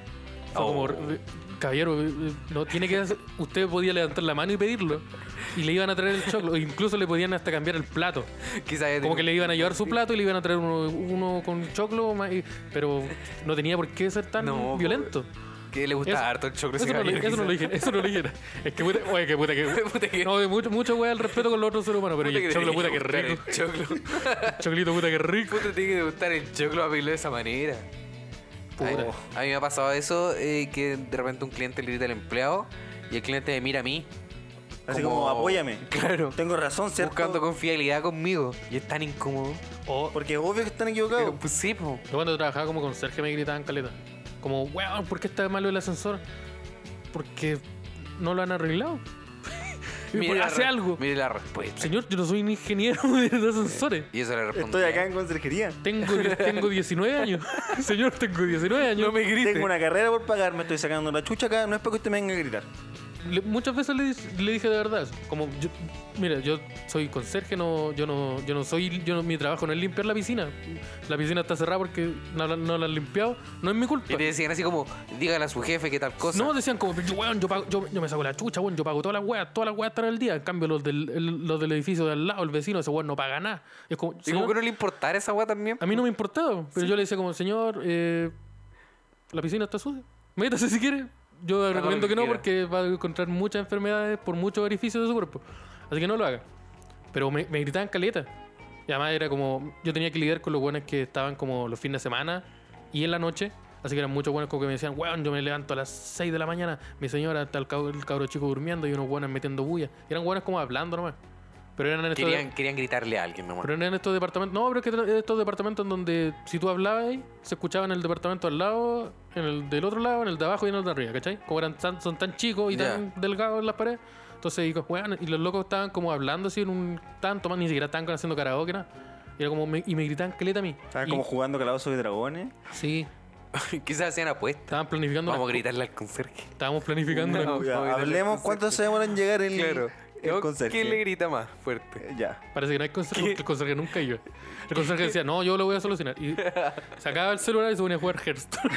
[SPEAKER 2] Fue
[SPEAKER 3] Oh.
[SPEAKER 2] como, "Re- caballero, eh, eh, no tiene que hacer- Usted podía levantar la mano y pedirlo. Y le iban a traer el choclo. E incluso le podían hasta cambiar el plato.
[SPEAKER 3] Quizás haya
[SPEAKER 2] Como
[SPEAKER 3] tenido-
[SPEAKER 2] que le iban a llevar su plato y le iban a traer uno, uno con choclo. ma- y- Pero no tenía por qué ser tan
[SPEAKER 3] No, po.
[SPEAKER 2] violento.
[SPEAKER 3] que le gusta
[SPEAKER 2] Eso-
[SPEAKER 3] harto el choclo a ese
[SPEAKER 2] Eso no, lo-
[SPEAKER 3] caballero.
[SPEAKER 2] eso no lo
[SPEAKER 3] quizás.
[SPEAKER 2] dijeron, eso no lo dijeron. Es que puta, oye, que puta que.
[SPEAKER 3] Puta que-
[SPEAKER 2] No, mucho, mucho wea el respeto con los otros seres humanos, pero y
[SPEAKER 3] que
[SPEAKER 2] el choclo, puta
[SPEAKER 3] tiene
[SPEAKER 2] que
[SPEAKER 3] gustar eh.
[SPEAKER 2] rico.
[SPEAKER 3] el choclo.
[SPEAKER 2] Choclito, puta que rico.
[SPEAKER 3] Puta, tiene que gustar el choclo a pedirlo de esa manera.
[SPEAKER 2] Puta.
[SPEAKER 3] A, a mí me ha pasado eso, eh, que de repente un cliente le grita al empleado y el cliente me mira a mí.
[SPEAKER 4] Así como, apóyame.
[SPEAKER 3] Claro.
[SPEAKER 4] Tengo razón, ¿cierto?
[SPEAKER 3] Buscando con fidelidad conmigo. Y es tan incómodo.
[SPEAKER 2] O
[SPEAKER 4] Porque es obvio que están equivocados.
[SPEAKER 3] Pero, pues, sí, po.
[SPEAKER 2] yo cuando trabajaba como conserje me gritaban caleta. Como, weón, ¿por qué está malo el ascensor? Porque no lo han arreglado. Y
[SPEAKER 3] Mire
[SPEAKER 2] pues,
[SPEAKER 3] la
[SPEAKER 2] hace
[SPEAKER 3] re-
[SPEAKER 2] algo.
[SPEAKER 3] Mire la respuesta.
[SPEAKER 2] Señor, yo no soy un ingeniero de ascensores.
[SPEAKER 3] Y eso le responde.
[SPEAKER 4] Estoy acá en conserjería.
[SPEAKER 2] Tengo, tengo 19 años. Señor, tengo 19 años.
[SPEAKER 4] Tengo una carrera por pagar, me estoy sacando la chucha acá. No es para que usted me venga a gritar.
[SPEAKER 2] Le- muchas veces le, dis- le dije de verdad eso. como yo- mira yo soy conserje no yo no yo no soy yo no- mi trabajo no es limpiar la piscina la piscina está cerrada porque no, la- no la han limpiado no es mi culpa
[SPEAKER 3] Y te decían así como, dígale a su jefe que tal cosa.
[SPEAKER 2] no decían como "Yo, weón, yo, pago- yo, yo me saco la chucha weón, yo pago todas las weas todas las weas están al día en cambio los del, el- los del edificio de al lado el vecino ese weón no paga nada es como,
[SPEAKER 3] y como
[SPEAKER 2] "Señor,
[SPEAKER 3] que no le importara esa weá también.
[SPEAKER 2] a mí no me importaba pero yo le decía como señor eh, la piscina está sucia métase si quiere yo
[SPEAKER 3] lo
[SPEAKER 2] recomiendo que
[SPEAKER 3] que
[SPEAKER 2] no
[SPEAKER 3] quiera.
[SPEAKER 2] porque va a encontrar muchas enfermedades por muchos orificios de su cuerpo así que no lo haga pero me, me gritaban caleta y además era como yo tenía que lidiar con los buenos que estaban como los fines de semana y en la noche así que eran muchos buenos como que me decían weón yo me levanto a las 6 de la mañana mi señora está el, cab- el cabro chico durmiendo y unos buenos metiendo bulla Y eran buenos como hablando nomás pero eran en estos-
[SPEAKER 3] Querían, querían gritarle a alguien, mi amor.
[SPEAKER 2] pero no en estos departamentos. No, pero es que tra- estos departamentos en donde si tú hablabas ahí, se escuchaba en el departamento al lado, en el del otro lado, en el de abajo y en el de arriba, ¿cachai? Como eran tan- son tan chicos y tan delgados las paredes. Entonces, y, weón, y los locos estaban como hablando así en un tanto más, ni siquiera estaban haciendo karaoke, nada. Y, era como, me- y me gritaban caleta a mí.
[SPEAKER 4] Estaban
[SPEAKER 2] Y-
[SPEAKER 4] como jugando calabozos y dragones.
[SPEAKER 2] Sí,
[SPEAKER 3] Quizás hacían apuestas.
[SPEAKER 2] estaban planificando.
[SPEAKER 3] Vamos a
[SPEAKER 2] una-
[SPEAKER 3] gritarle al conserje.
[SPEAKER 2] Estábamos planificando. una-
[SPEAKER 3] No.
[SPEAKER 4] Ya,
[SPEAKER 3] no, Oh, y
[SPEAKER 4] hablemos
[SPEAKER 3] del
[SPEAKER 4] cuánto se demoran en llegar el, el
[SPEAKER 3] Yo-
[SPEAKER 4] conserje.
[SPEAKER 3] ¿Qué le grita más fuerte?
[SPEAKER 4] Eh, Ya.
[SPEAKER 2] Parece que no hay conserje, porque el conserje nunca iba. El conserje decía, no, yo lo voy a solucionar. Y sacaba el celular y se ponía a jugar Hearthstone.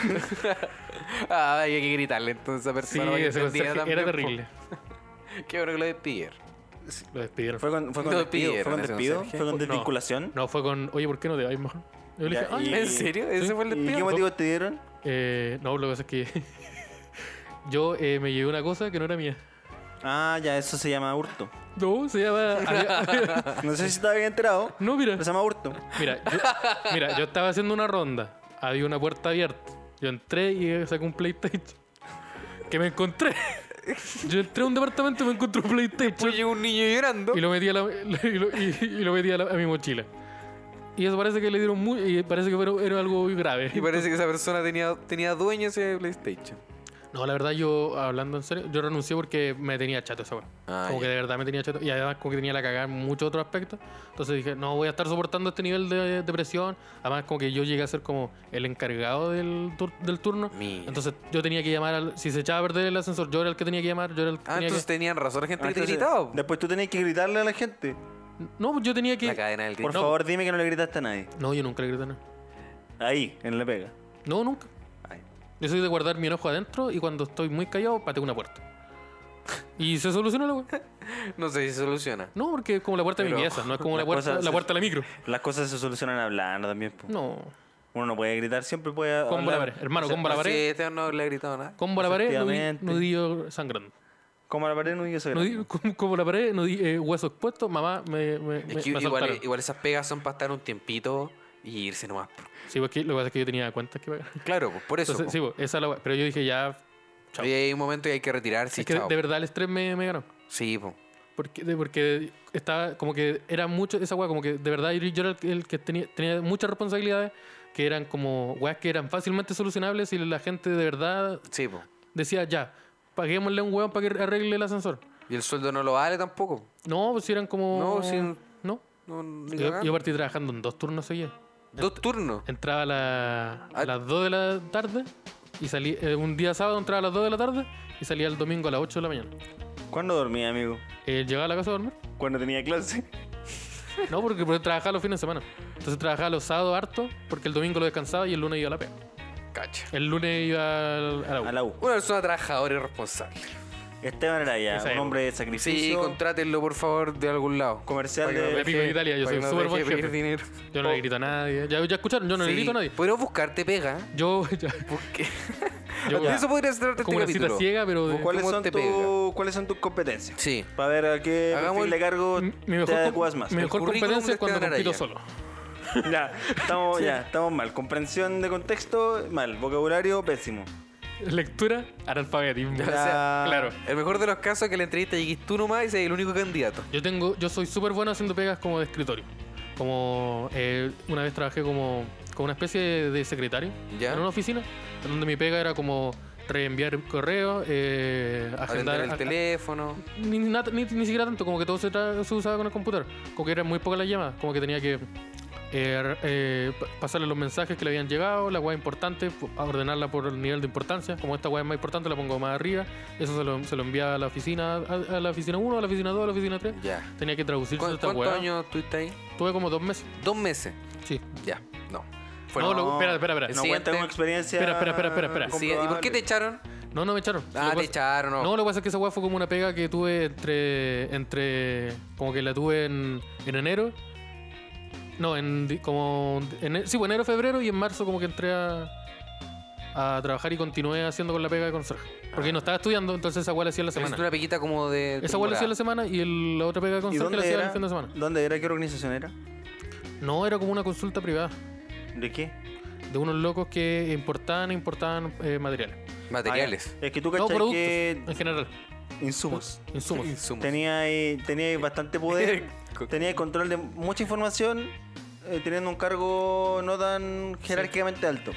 [SPEAKER 3] Ah, hay que gritarle entonces a esa
[SPEAKER 2] Sí,
[SPEAKER 3] persona. para que
[SPEAKER 2] ese
[SPEAKER 3] entendía
[SPEAKER 2] conserje
[SPEAKER 3] también,
[SPEAKER 2] era
[SPEAKER 3] po.
[SPEAKER 2] terrible.
[SPEAKER 3] Qué bueno que lo despidieron.
[SPEAKER 2] Lo despidieron.
[SPEAKER 4] Fue con, fue con
[SPEAKER 3] Lo
[SPEAKER 4] despido, fue
[SPEAKER 3] pidieron
[SPEAKER 4] con
[SPEAKER 3] ese
[SPEAKER 4] despido,
[SPEAKER 3] conserje.
[SPEAKER 4] fue con
[SPEAKER 2] No.
[SPEAKER 4] desvinculación.
[SPEAKER 2] No, fue con, oye, ¿por qué no te vais mejor? Yo le
[SPEAKER 4] Ya,
[SPEAKER 2] dije, "Ay,
[SPEAKER 4] y-
[SPEAKER 2] eh,
[SPEAKER 3] ¿En serio? ¿Ese
[SPEAKER 2] Sí.
[SPEAKER 3] fue el
[SPEAKER 4] ¿Y qué
[SPEAKER 3] despido?
[SPEAKER 4] motivos te dieron?
[SPEAKER 2] eh, no, lo que pasa es que yo eh, me llevé una cosa que no era mía.
[SPEAKER 4] Ah, ya, eso se llama hurto.
[SPEAKER 2] No, se llama... había-
[SPEAKER 3] Ah.
[SPEAKER 4] No sé si estaba bien enterado,
[SPEAKER 2] no, mira,
[SPEAKER 4] pero se llama hurto.
[SPEAKER 2] mira yo, mira, yo estaba haciendo una ronda. Había una puerta abierta. Yo entré y eh, saqué un PlayStation. Que me encontré. Yo entré a un departamento y me encontré un PlayStation.
[SPEAKER 3] Pues llegó un niño llorando.
[SPEAKER 2] y lo metí a, la- y lo- y- y lo metí a, la- a mi mochila. Y eso parece que le dieron muy... Y parece que fueron- era algo muy grave.
[SPEAKER 3] Y parece que esa persona tenía, tenía dueño ese PlayStation.
[SPEAKER 2] No, la verdad, yo, hablando en serio, yo renuncié porque me tenía chato esa weá.
[SPEAKER 3] Ah,
[SPEAKER 2] como
[SPEAKER 3] ya.
[SPEAKER 2] que de verdad me tenía chato. Y además, como que tenía la cagada en muchos otros aspectos. Entonces dije, no voy a estar soportando este nivel de depresión. Además, como que yo llegué a ser como el encargado del, tur- del turno.
[SPEAKER 3] Mira.
[SPEAKER 2] Entonces, yo tenía que llamar al. Si se echaba a perder el ascensor, yo era el que tenía que llamar. Yo era el que
[SPEAKER 3] Ah,
[SPEAKER 2] tenía
[SPEAKER 3] entonces
[SPEAKER 2] que.
[SPEAKER 3] tenían razón la gente
[SPEAKER 4] Ah,
[SPEAKER 3] que te
[SPEAKER 4] entonces,
[SPEAKER 3] gritaba.
[SPEAKER 4] Después tú tenías que gritarle a la gente.
[SPEAKER 2] No, pues yo tenía que.
[SPEAKER 3] La cadena del
[SPEAKER 4] Por
[SPEAKER 3] grito.
[SPEAKER 2] No.
[SPEAKER 4] favor, dime que no le gritaste a nadie.
[SPEAKER 2] No, yo nunca le grité nada.
[SPEAKER 4] Ahí, en la pega.
[SPEAKER 2] No, nunca.
[SPEAKER 4] Ay.
[SPEAKER 2] Yo soy de guardar mi enojo adentro y cuando estoy muy callado, pateo una puerta. Y se solucionó la weá.
[SPEAKER 3] No sé si se soluciona.
[SPEAKER 2] No, porque es como la puerta de mi
[SPEAKER 3] Pero
[SPEAKER 2] pieza, no es como
[SPEAKER 4] la
[SPEAKER 2] la puerta,
[SPEAKER 4] cosa
[SPEAKER 2] la
[SPEAKER 4] se-
[SPEAKER 2] puerta de la micro.
[SPEAKER 4] Las cosas se solucionan hablando también. po.
[SPEAKER 2] No.
[SPEAKER 4] Uno no puede gritar, siempre puede
[SPEAKER 2] Combo la
[SPEAKER 4] hablar.
[SPEAKER 2] pared, hermano, combo la
[SPEAKER 3] No sé,
[SPEAKER 2] pared.
[SPEAKER 3] Esteban no le ha gritado nada.
[SPEAKER 2] Combo la pared, nudi-
[SPEAKER 4] Efectivamente.
[SPEAKER 2] nudillo sangrando.
[SPEAKER 4] Como la pared no yo soy grande.
[SPEAKER 2] Nudi- com- como la pared, nudi- eh, hueso expuesto, mamá me, me, me,
[SPEAKER 3] Es que
[SPEAKER 2] me
[SPEAKER 3] igual,
[SPEAKER 2] asaltaron.
[SPEAKER 3] igual esas pegas son para estar un tiempito y irse nomás. po.
[SPEAKER 2] Sí, porque lo que pasa es que yo tenía cuentas que pagar.
[SPEAKER 3] Claro, pues por eso.
[SPEAKER 2] Entonces,
[SPEAKER 3] po.
[SPEAKER 2] sí, pues, esa es la wea. Pero yo dije ya. chao.
[SPEAKER 3] Y hay un momento y hay que retirarse.
[SPEAKER 2] es que de-
[SPEAKER 3] chao.
[SPEAKER 2] de verdad el estrés me, me ganó.
[SPEAKER 3] Sí, po.
[SPEAKER 2] Porque, de- porque estaba como que era mucho esa weá, como que de verdad yo, yo era el, el que tenía, tenía muchas responsabilidades que eran como weas que eran fácilmente solucionables y la gente de verdad
[SPEAKER 3] Sí, po.
[SPEAKER 2] decía ya, paguémosle a un weón para que arregle el ascensor.
[SPEAKER 3] Y el sueldo no lo vale tampoco.
[SPEAKER 2] No, pues si eran como.
[SPEAKER 3] No, si-
[SPEAKER 2] No.
[SPEAKER 3] No, ni
[SPEAKER 2] Yo,
[SPEAKER 3] cagando.
[SPEAKER 2] yo partí trabajando en dos turnos seguidos.
[SPEAKER 3] Dos turnos.
[SPEAKER 2] Entraba a, la- a
[SPEAKER 3] Ah.
[SPEAKER 2] las 2 de la tarde y salí. eh, un día sábado entraba a las 2 de la tarde y salía el domingo a las 8 de la mañana.
[SPEAKER 4] ¿Cuándo dormía, amigo?
[SPEAKER 2] Eh, llegaba a la casa a dormir.
[SPEAKER 4] ¿Cuándo tenía clase?
[SPEAKER 2] No, pues, porque, porque trabajaba los fines de semana. Entonces trabajaba los sábados harto porque el domingo lo descansaba y el lunes iba a la pega.
[SPEAKER 3] Cacha.
[SPEAKER 2] El lunes iba al- a la U.
[SPEAKER 4] A la U.
[SPEAKER 3] Una persona trabajadora y responsable.
[SPEAKER 4] Esteban Araya,
[SPEAKER 2] Esa
[SPEAKER 4] un
[SPEAKER 2] es.
[SPEAKER 4] hombre de
[SPEAKER 3] Sí,
[SPEAKER 4] sacrificio.
[SPEAKER 3] contrátenlo, por favor, de algún lado.
[SPEAKER 4] Comercial
[SPEAKER 3] Para que
[SPEAKER 4] de-
[SPEAKER 3] no
[SPEAKER 2] De Pico
[SPEAKER 3] deje-
[SPEAKER 2] de Italia, yo
[SPEAKER 3] para
[SPEAKER 2] soy
[SPEAKER 3] que no
[SPEAKER 2] súper
[SPEAKER 3] deje
[SPEAKER 2] buen
[SPEAKER 3] pedir
[SPEAKER 2] jefe.
[SPEAKER 3] dinero.
[SPEAKER 2] Yo no
[SPEAKER 3] Oh,
[SPEAKER 2] le grito a nadie. Ya, ya escucharon, yo no
[SPEAKER 3] sí,
[SPEAKER 2] le grito a nadie.
[SPEAKER 3] Podríamos buscarte pega. ¿eh?
[SPEAKER 2] Yo, ya-
[SPEAKER 3] Porque
[SPEAKER 2] yo
[SPEAKER 3] eso podría ser este
[SPEAKER 2] como una cita
[SPEAKER 3] capítulo.
[SPEAKER 2] ciega, pero de-
[SPEAKER 4] ¿Cuáles
[SPEAKER 3] ¿Cómo
[SPEAKER 4] son,
[SPEAKER 3] te
[SPEAKER 4] tu-
[SPEAKER 3] pega?
[SPEAKER 4] ¿Cuáles son tus competencias?
[SPEAKER 3] Sí.
[SPEAKER 4] Para ver a qué
[SPEAKER 3] Hagamos
[SPEAKER 4] perfil
[SPEAKER 3] el-
[SPEAKER 4] de cargo
[SPEAKER 2] mi mi
[SPEAKER 4] te
[SPEAKER 2] mejor,
[SPEAKER 4] adecuas
[SPEAKER 2] com-
[SPEAKER 4] más.
[SPEAKER 2] mi mejor
[SPEAKER 3] El currículum
[SPEAKER 2] competencia
[SPEAKER 3] de
[SPEAKER 2] es cuando compito
[SPEAKER 3] Esteban Araya.
[SPEAKER 2] solo.
[SPEAKER 4] Ya, estamos, ya, estamos mal. Comprensión de contexto, mal. Vocabulario, pésimo.
[SPEAKER 2] Lectura, analfabetismo.
[SPEAKER 3] O sea,
[SPEAKER 2] Claro.
[SPEAKER 3] El mejor de los casos es que en la entrevista llegues tú nomás y seas el único candidato.
[SPEAKER 2] Yo tengo, yo soy súper bueno haciendo pegas como de escritorio. Como eh, una vez trabajé como, como una especie de, de secretario
[SPEAKER 3] Ya.
[SPEAKER 2] en una oficina, en donde mi pega era como reenviar correos, eh, agendar
[SPEAKER 3] Atender el
[SPEAKER 2] a-
[SPEAKER 3] teléfono.
[SPEAKER 2] ni, na- ni- ni siquiera tanto, como que todo se, tra- se usaba con el computador. Como que eran muy pocas las llamadas, como que tenía que eh, re- eh, pa- pasarle los mensajes que le habían llegado, la weá importante, pu- a ordenarla por el nivel de importancia. Como esta weá es más importante, la pongo más arriba. Eso se lo, se lo enviaba a la oficina, a, a la oficina 1, a la oficina 2, a la oficina 3.
[SPEAKER 3] Ya.
[SPEAKER 2] Tenía que traducir
[SPEAKER 3] ¿Cu-
[SPEAKER 2] toda esta
[SPEAKER 3] ¿Cuántos
[SPEAKER 2] weá.
[SPEAKER 3] años estuviste ahí?
[SPEAKER 2] Tuve como dos meses.
[SPEAKER 3] Dos meses.
[SPEAKER 2] Sí.
[SPEAKER 3] Ya. No. Fue
[SPEAKER 2] No, lo- espera, espera,
[SPEAKER 3] El
[SPEAKER 2] espera.
[SPEAKER 4] No cuenta
[SPEAKER 3] siguiente.
[SPEAKER 4] con experiencia.
[SPEAKER 2] Espera, espera, espera, espera, espera.
[SPEAKER 3] Sí, ¿Y por qué te
[SPEAKER 4] comprobable.
[SPEAKER 3] echaron?
[SPEAKER 2] No, no me echaron. Lo
[SPEAKER 3] Ah,
[SPEAKER 2] que
[SPEAKER 3] te
[SPEAKER 2] pasa-
[SPEAKER 3] echaron.
[SPEAKER 2] No, lo que pasa es que esa weá fue como una pega que tuve entre. entre como que la tuve en, en enero. No, en. di- como. En, sí, bueno, enero, febrero y en marzo como que entré a. a trabajar y continué haciendo con la pega de conserje. Porque no estaba estudiando, entonces esa weá la hacía en la
[SPEAKER 3] Hiciste
[SPEAKER 2] semana.
[SPEAKER 3] una pequita como de.
[SPEAKER 2] Esa weá la hacía en la
[SPEAKER 3] temporada.
[SPEAKER 2] semana y el- la otra pega de
[SPEAKER 4] ¿Y
[SPEAKER 2] conserje la
[SPEAKER 4] dónde
[SPEAKER 2] hacía el
[SPEAKER 4] era?
[SPEAKER 2] fin de semana.
[SPEAKER 4] ¿Dónde era? ¿Qué organización era?
[SPEAKER 2] No, era como una consulta privada
[SPEAKER 4] ¿De qué?
[SPEAKER 2] de unos locos que importaban e importaban eh, materiales.
[SPEAKER 3] Materiales.
[SPEAKER 4] Ah, ya. es que tú
[SPEAKER 2] No,
[SPEAKER 4] cachai
[SPEAKER 2] productos,
[SPEAKER 4] que
[SPEAKER 2] en general.
[SPEAKER 4] insumos.
[SPEAKER 2] Insumos.
[SPEAKER 3] Insumos.
[SPEAKER 4] Tenía ahí, tenía ahí bastante poder, tenía ahí control de mucha información, eh, teniendo un cargo no tan jerárquicamente alto.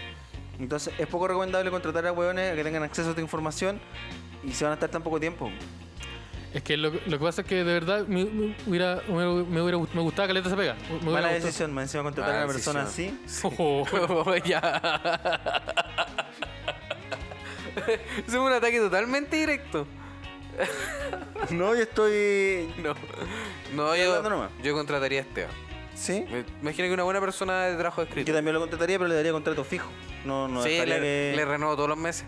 [SPEAKER 4] Entonces es poco recomendable contratar a hueones que tengan acceso a esta información y se van a estar tan poco tiempo.
[SPEAKER 2] Es que lo, lo que pasa es que de verdad me, me hubiera, me, me hubiera gust- me gustaba caleta esa pega. Me hubiera
[SPEAKER 4] Mala
[SPEAKER 2] gustado.
[SPEAKER 4] decisión, me encima contratar a
[SPEAKER 3] Mala
[SPEAKER 4] una persona
[SPEAKER 3] decisión.
[SPEAKER 4] así.
[SPEAKER 2] Ojo.
[SPEAKER 3] ya. Es un ataque totalmente directo.
[SPEAKER 4] No, yo estoy...
[SPEAKER 3] No, no yo,
[SPEAKER 4] hablando nomás.
[SPEAKER 3] yo contrataría a Esteban.
[SPEAKER 4] ¿Sí?
[SPEAKER 3] Me imagino que una buena persona de trabajo escrito.
[SPEAKER 4] Yo también lo contrataría, pero le daría contrato fijo. No, no
[SPEAKER 3] sí,
[SPEAKER 4] dejaría
[SPEAKER 3] le,
[SPEAKER 4] que...
[SPEAKER 3] le renovo todos los meses.